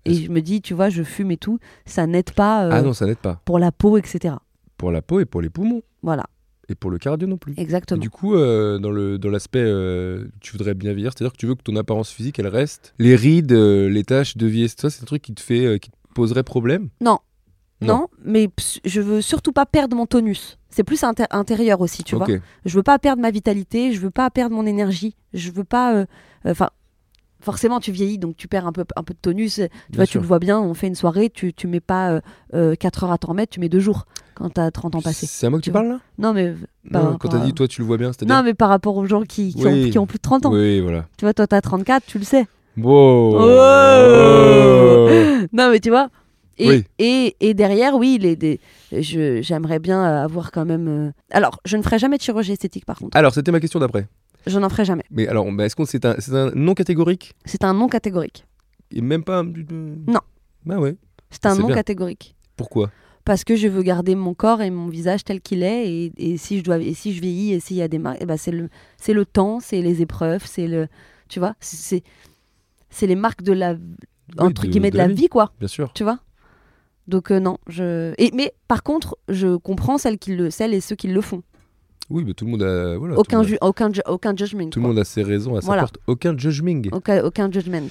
Et Est-ce- je me dis, tu vois, je fume et tout, ça n'aide pas euh, Ah non ça n'aide pas. pour la peau, etc. Pour la peau et pour les poumons Voilà, et pour le cardio non plus. Et exactement. Du coup, euh, dans le dans l'aspect, euh, tu voudrais bien vieillir, c'est-à-dire que tu veux que ton apparence physique, elle reste. Les rides, euh, les taches de vieillesse, ça, c'est un truc qui te fait, euh, qui te poserait problème. Non, Non. mais ps- je veux surtout pas perdre mon tonus. C'est plus inté- intérieur aussi, tu Ok. vois. Je veux pas perdre ma vitalité, je veux pas perdre mon énergie, je veux pas. euh, Enfin, forcément tu vieillis donc tu perds un peu un peu de tonus tu Bien vois tu sûr. le vois bien on fait une soirée tu tu mets pas 4 heures à t'en remettre tu mets 2 jours quand t'as 30 ans passé C'est à moi que tu tu parles là non mais par Non, quand rapport t'as à- dit toi tu le vois bien, non c'est-à-dire. mais par rapport aux gens qui qui, ont, Oui. qui ont plus de 30 ans Oui, voilà. tu vois toi t'as 34 tu le sais Wow. Oh. Oh. non mais tu vois et, Oui. et, et derrière oui les, des, je- j'aimerais bien euh, avoir quand même euh, alors je ne ferai jamais de chirurgie esthétique par contre Alors, c'était ma question d'après. je n'en ferai jamais Mais alors, bah, est-ce qu'on c'est un, c'est un non catégorique c'est un non catégorique et même pas un petit peu- Non. Bah ouais. c'est un C'est non bien. catégorique Pourquoi parce que je veux garder mon corps et mon visage tel qu'il est et, et si je dois et si je vieillis et s'il y a des marques eh ben c'est le c'est le temps c'est les épreuves c'est le tu vois c'est- c'est c'est les marques de la entre Oui, guillemets de, la vie. quoi Bien sûr. tu vois donc euh, non je et mais par contre je comprends celles qui le celles et ceux qui le font Oui, mais Ah, tout le monde a voilà, aucun tout, le monde ju- aucun ju- aucun judgment a- tout le quoi. monde a ses raisons à sa Voilà. porte. Aucun judging. aucun, aucun judgment.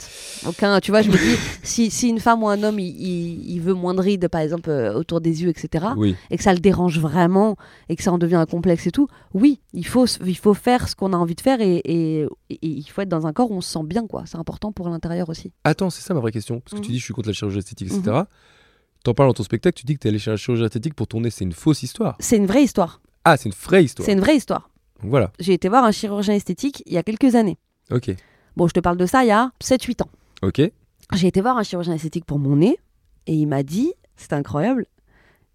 Aucun, tu vois, je me dis, si, si une femme ou un homme, il, il- il veut moins de rides, par exemple, euh, autour des yeux, etc., Oui. et que ça le dérange vraiment et que ça en devient un complexe et tout, oui, il faut, se- il faut faire ce qu'on a envie de faire et, et- et il faut être dans un corps où on se sent bien, quoi. C'est important pour l'intérieur aussi. Attends, c'est ça ma vraie question. Parce que tu Mhm. dis je suis contre la chirurgie esthétique, etc. T'en parles dans ton spectacle, tu dis que t'es allé chez un chirurgien esthétique pour tourner. C'est une fausse histoire. C'est une vraie histoire. Ah, c'est une vraie histoire. C'est une vraie histoire. Donc voilà. J'ai été voir un chirurgien esthétique il y a quelques années. Ok. Bon, je te parle de ça il y a 7-8 ans. Ok. J'ai été voir un chirurgien esthétique pour mon nez et il m'a dit, c'est incroyable,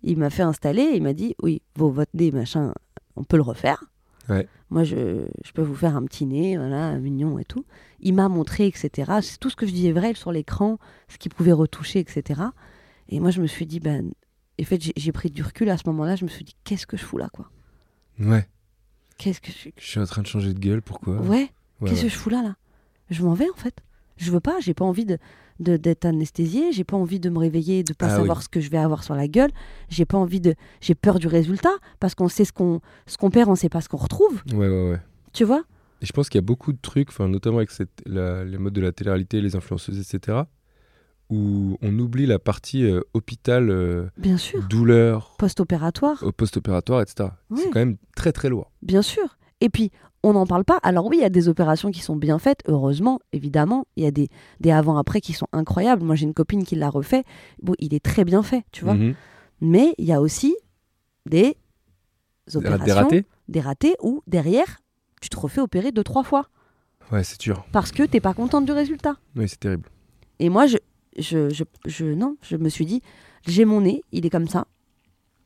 il m'a fait installer et il m'a dit, oui, vos- votre nez, machin, on peut le refaire. Ouais. Moi, je, je peux vous faire un petit nez, voilà, mignon et tout. Il m'a montré, etc. C'est tout ce que je disais vrai sur l'écran, ce qu'il pouvait retoucher, etc. Et moi, je me suis dit, ben, en fait, j'ai- j'ai pris du recul à ce moment-là. Je me suis dit, qu'est-ce que je fous là, quoi Ouais. Qu'est-ce que je suis Je suis en train de changer de gueule. Pourquoi Ouais. Ouais, Qu'est-ce ouais. que je fous là, là Je m'en vais, en fait. Je veux pas, j'ai pas envie de de- d'être anesthésiée, j'ai pas envie de me réveiller, de pas Ah oui. savoir ce que je vais avoir sur la gueule, j'ai pas envie de, j'ai peur du résultat parce qu'on sait ce qu'on ce qu'on perd, on sait pas ce qu'on retrouve, Ouais, ouais, ouais. tu vois Et je pense qu'il y a beaucoup de trucs, enfin, notamment avec cette- la- les modes de la télé-réalité, les influenceuses, etc., où on oublie la partie euh, hôpital, euh, Bien sûr, douleur, post-opératoire, au post-opératoire, etc. Ouais. C'est quand même très très lourd. bien sûr. Et puis on n'en parle pas. Alors oui, il y a des opérations qui sont bien faites, heureusement, évidemment, il y a des des avant-après qui sont incroyables. Moi, j'ai une copine qui l'a refait. Bon, il est très bien fait, tu vois. Mhm. Mais il y a aussi des opérations Des ratés des ratés ou derrière, tu te refais opérer deux, trois fois Ouais, c'est dur. parce que t'es pas contente du résultat. Oui, c'est terrible. Et moi, je, je, je, je- non, je me suis dit, j'ai mon nez, il est comme ça.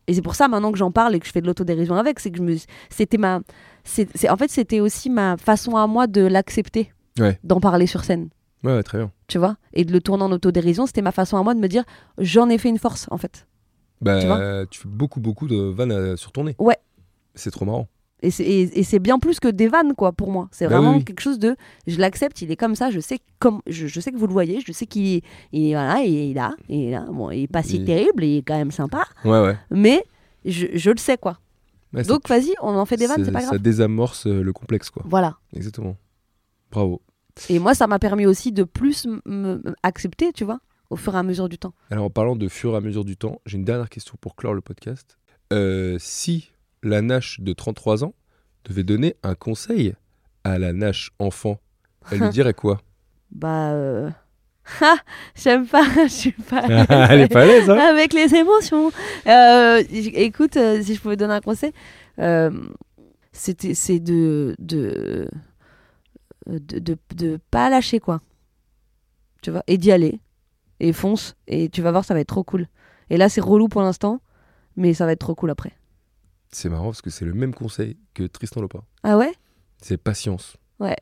Et c'est pour ça maintenant que j'en parle et que je fais de l'autodérision avec, c'est que je me, c'était ma, c'est, c'est- en fait, c'était aussi ma façon à moi de l'accepter, Ouais. d'en parler sur scène, Ouais, ouais, très bien. tu vois, et de le tourner en autodérision, c'était ma façon à moi de me dire, j'en ai fait une force, en fait. Bah, Tu tu, vois fais beaucoup beaucoup de vannes euh, sur ton nez. Ouais. C'est trop marrant. Et c'est, et- et c'est bien plus que des vannes, quoi, pour moi. C'est Bah vraiment oui, oui. quelque chose de. Je l'accepte, il est comme ça, je sais, comme, je, je sais que vous le voyez, je sais qu'il est, il, est- voilà, il est là, il est là. Bon, il est pas si Il- terrible, il est quand même sympa, Ouais, ouais. mais je, je le sais, quoi. Ouais, ça- Donc vas-y, on en fait des vannes, ça- c'est pas Ça grave. désamorce euh, le complexe, quoi. Voilà. Exactement. Bravo. Et moi, ça m'a permis aussi de plus m- m- accepter, tu vois, au fur et à mesure du temps. Alors, en parlant de fur et à mesure du temps, j'ai une dernière question pour clore le podcast. Euh, si la Nash de 33 ans devait donner un conseil à la Nash enfant, elle lui dirait quoi Bah. euh, ah, j'aime pas, je suis pas. Elle est pas à l'aise, hein avec les émotions. Euh, j- écoute, euh, si je pouvais donner un conseil, euh, c'était- c'est de de, de de de pas lâcher quoi. Tu vois, et d'y aller et fonce et tu vas voir, ça va être trop cool. Et là, c'est relou pour l'instant, mais ça va être trop cool après. C'est marrant parce que c'est le même conseil que Tristan Lopin. Ah ouais, C'est patience. ouais,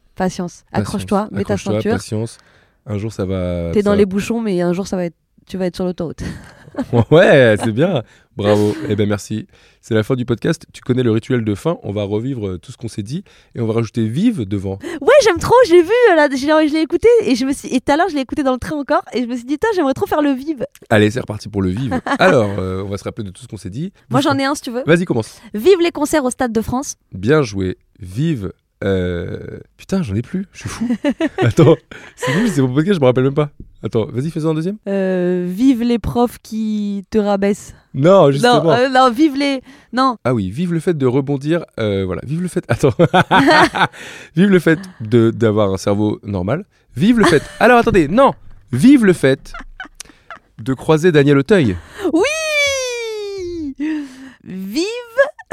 Patience. patience. Accroche-toi, mets ta Accroche-toi, ceinture. Patience. Un jour, ça va. T'es ça dans va les bouchons, mais un jour, ça va être, tu vas être sur l'autoroute. Ouais, c'est bien. Bravo. Eh ben merci. C'est la fin du podcast. Tu connais le rituel de fin. On va revivre euh, tout ce qu'on s'est dit et on va rajouter vive devant. Ouais, j'aime trop, j'ai vu, euh, là, je l'ai- je l'ai écouté et je me suis, et tout à l'heure, je l'ai écouté dans le train encore et je me suis dit, Tain, j'aimerais trop faire le vive. Allez, c'est reparti pour le vive. Alors, euh, on va se rappeler de tout ce qu'on s'est dit. Moi, j'en ai un si tu veux. Vas-y, commence. Vive les concerts au Stade de France. Bien joué. Vive. euh, Putain, j'en ai plus. Je suis fou. Attends, c'est nul, c'est mon podcast, je me rappelle même pas. Attends, vas-y, fais-en un deuxième. Euh, vive les profs qui te rabaissent. Non, justement. Non, euh, non, vive les. Non, Ah oui, vive le fait de rebondir. euh, voilà, vive le fait. Attends. vive le fait de d'avoir un cerveau normal. Vive le fait. Alors attendez, non. Vive le fait de croiser Daniel Auteuil. oui Vive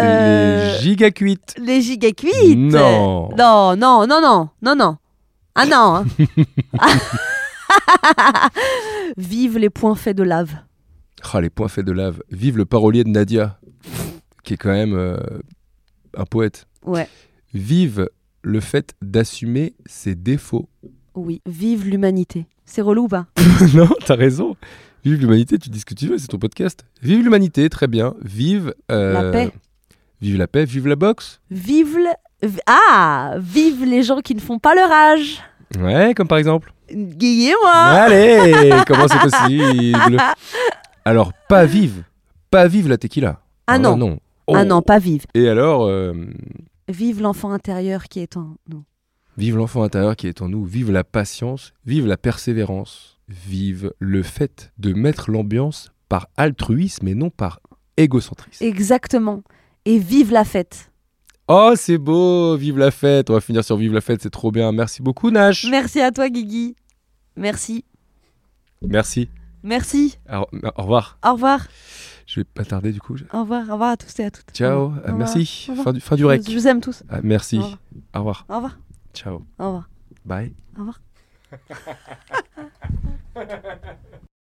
euh, Les giga cuites. les gigacuites Non. Non, non, non, non, non, non. Ah non hein. Ah. Vive les points faits de lave. Ah, les points faits de lave. Vive le parolier de Nadia, qui est quand même euh, un poète. Ouais, Vive le fait d'assumer ses défauts. oui. Vive l'humanité. C'est relou ou pas non, t'as raison. Vive l'humanité, tu dis ce que tu veux, c'est ton podcast. Vive l'humanité, très bien. Vive. euh, La paix. Vive la paix, vive la boxe. Vive le- v- Ah Vive les gens qui ne font pas leur âge Ouais, comme par exemple. Guy et moi Allez, comment c'est possible Alors, pas vive. Pas vive la tequila. Ah non. Oh. Ah non, pas vive. Et alors, euh, Vive l'enfant intérieur qui est en nous. vive l'enfant intérieur qui est en nous, vive la patience, vive la persévérance, vive le fait de mettre l'ambiance par altruisme et non par égocentrisme. Exactement. Et vive la fête. Oh, c'est beau, vive la fête. On va finir sur vive la fête, c'est trop bien. Merci beaucoup, Nash. Merci à toi, Guigui. Merci. Merci. Merci. Alors, au revoir. Au revoir. Je vais pas tarder du coup. Au revoir. Au revoir à tous et à toutes. Au Ciao, revoir. ah, Au revoir. merci. Au revoir. Fin du, fin du Je- rec. Je vous aime tous. Ah, merci. Au Au revoir. revoir. Au revoir. Ciao. Au revoir. Bye. Au revoir.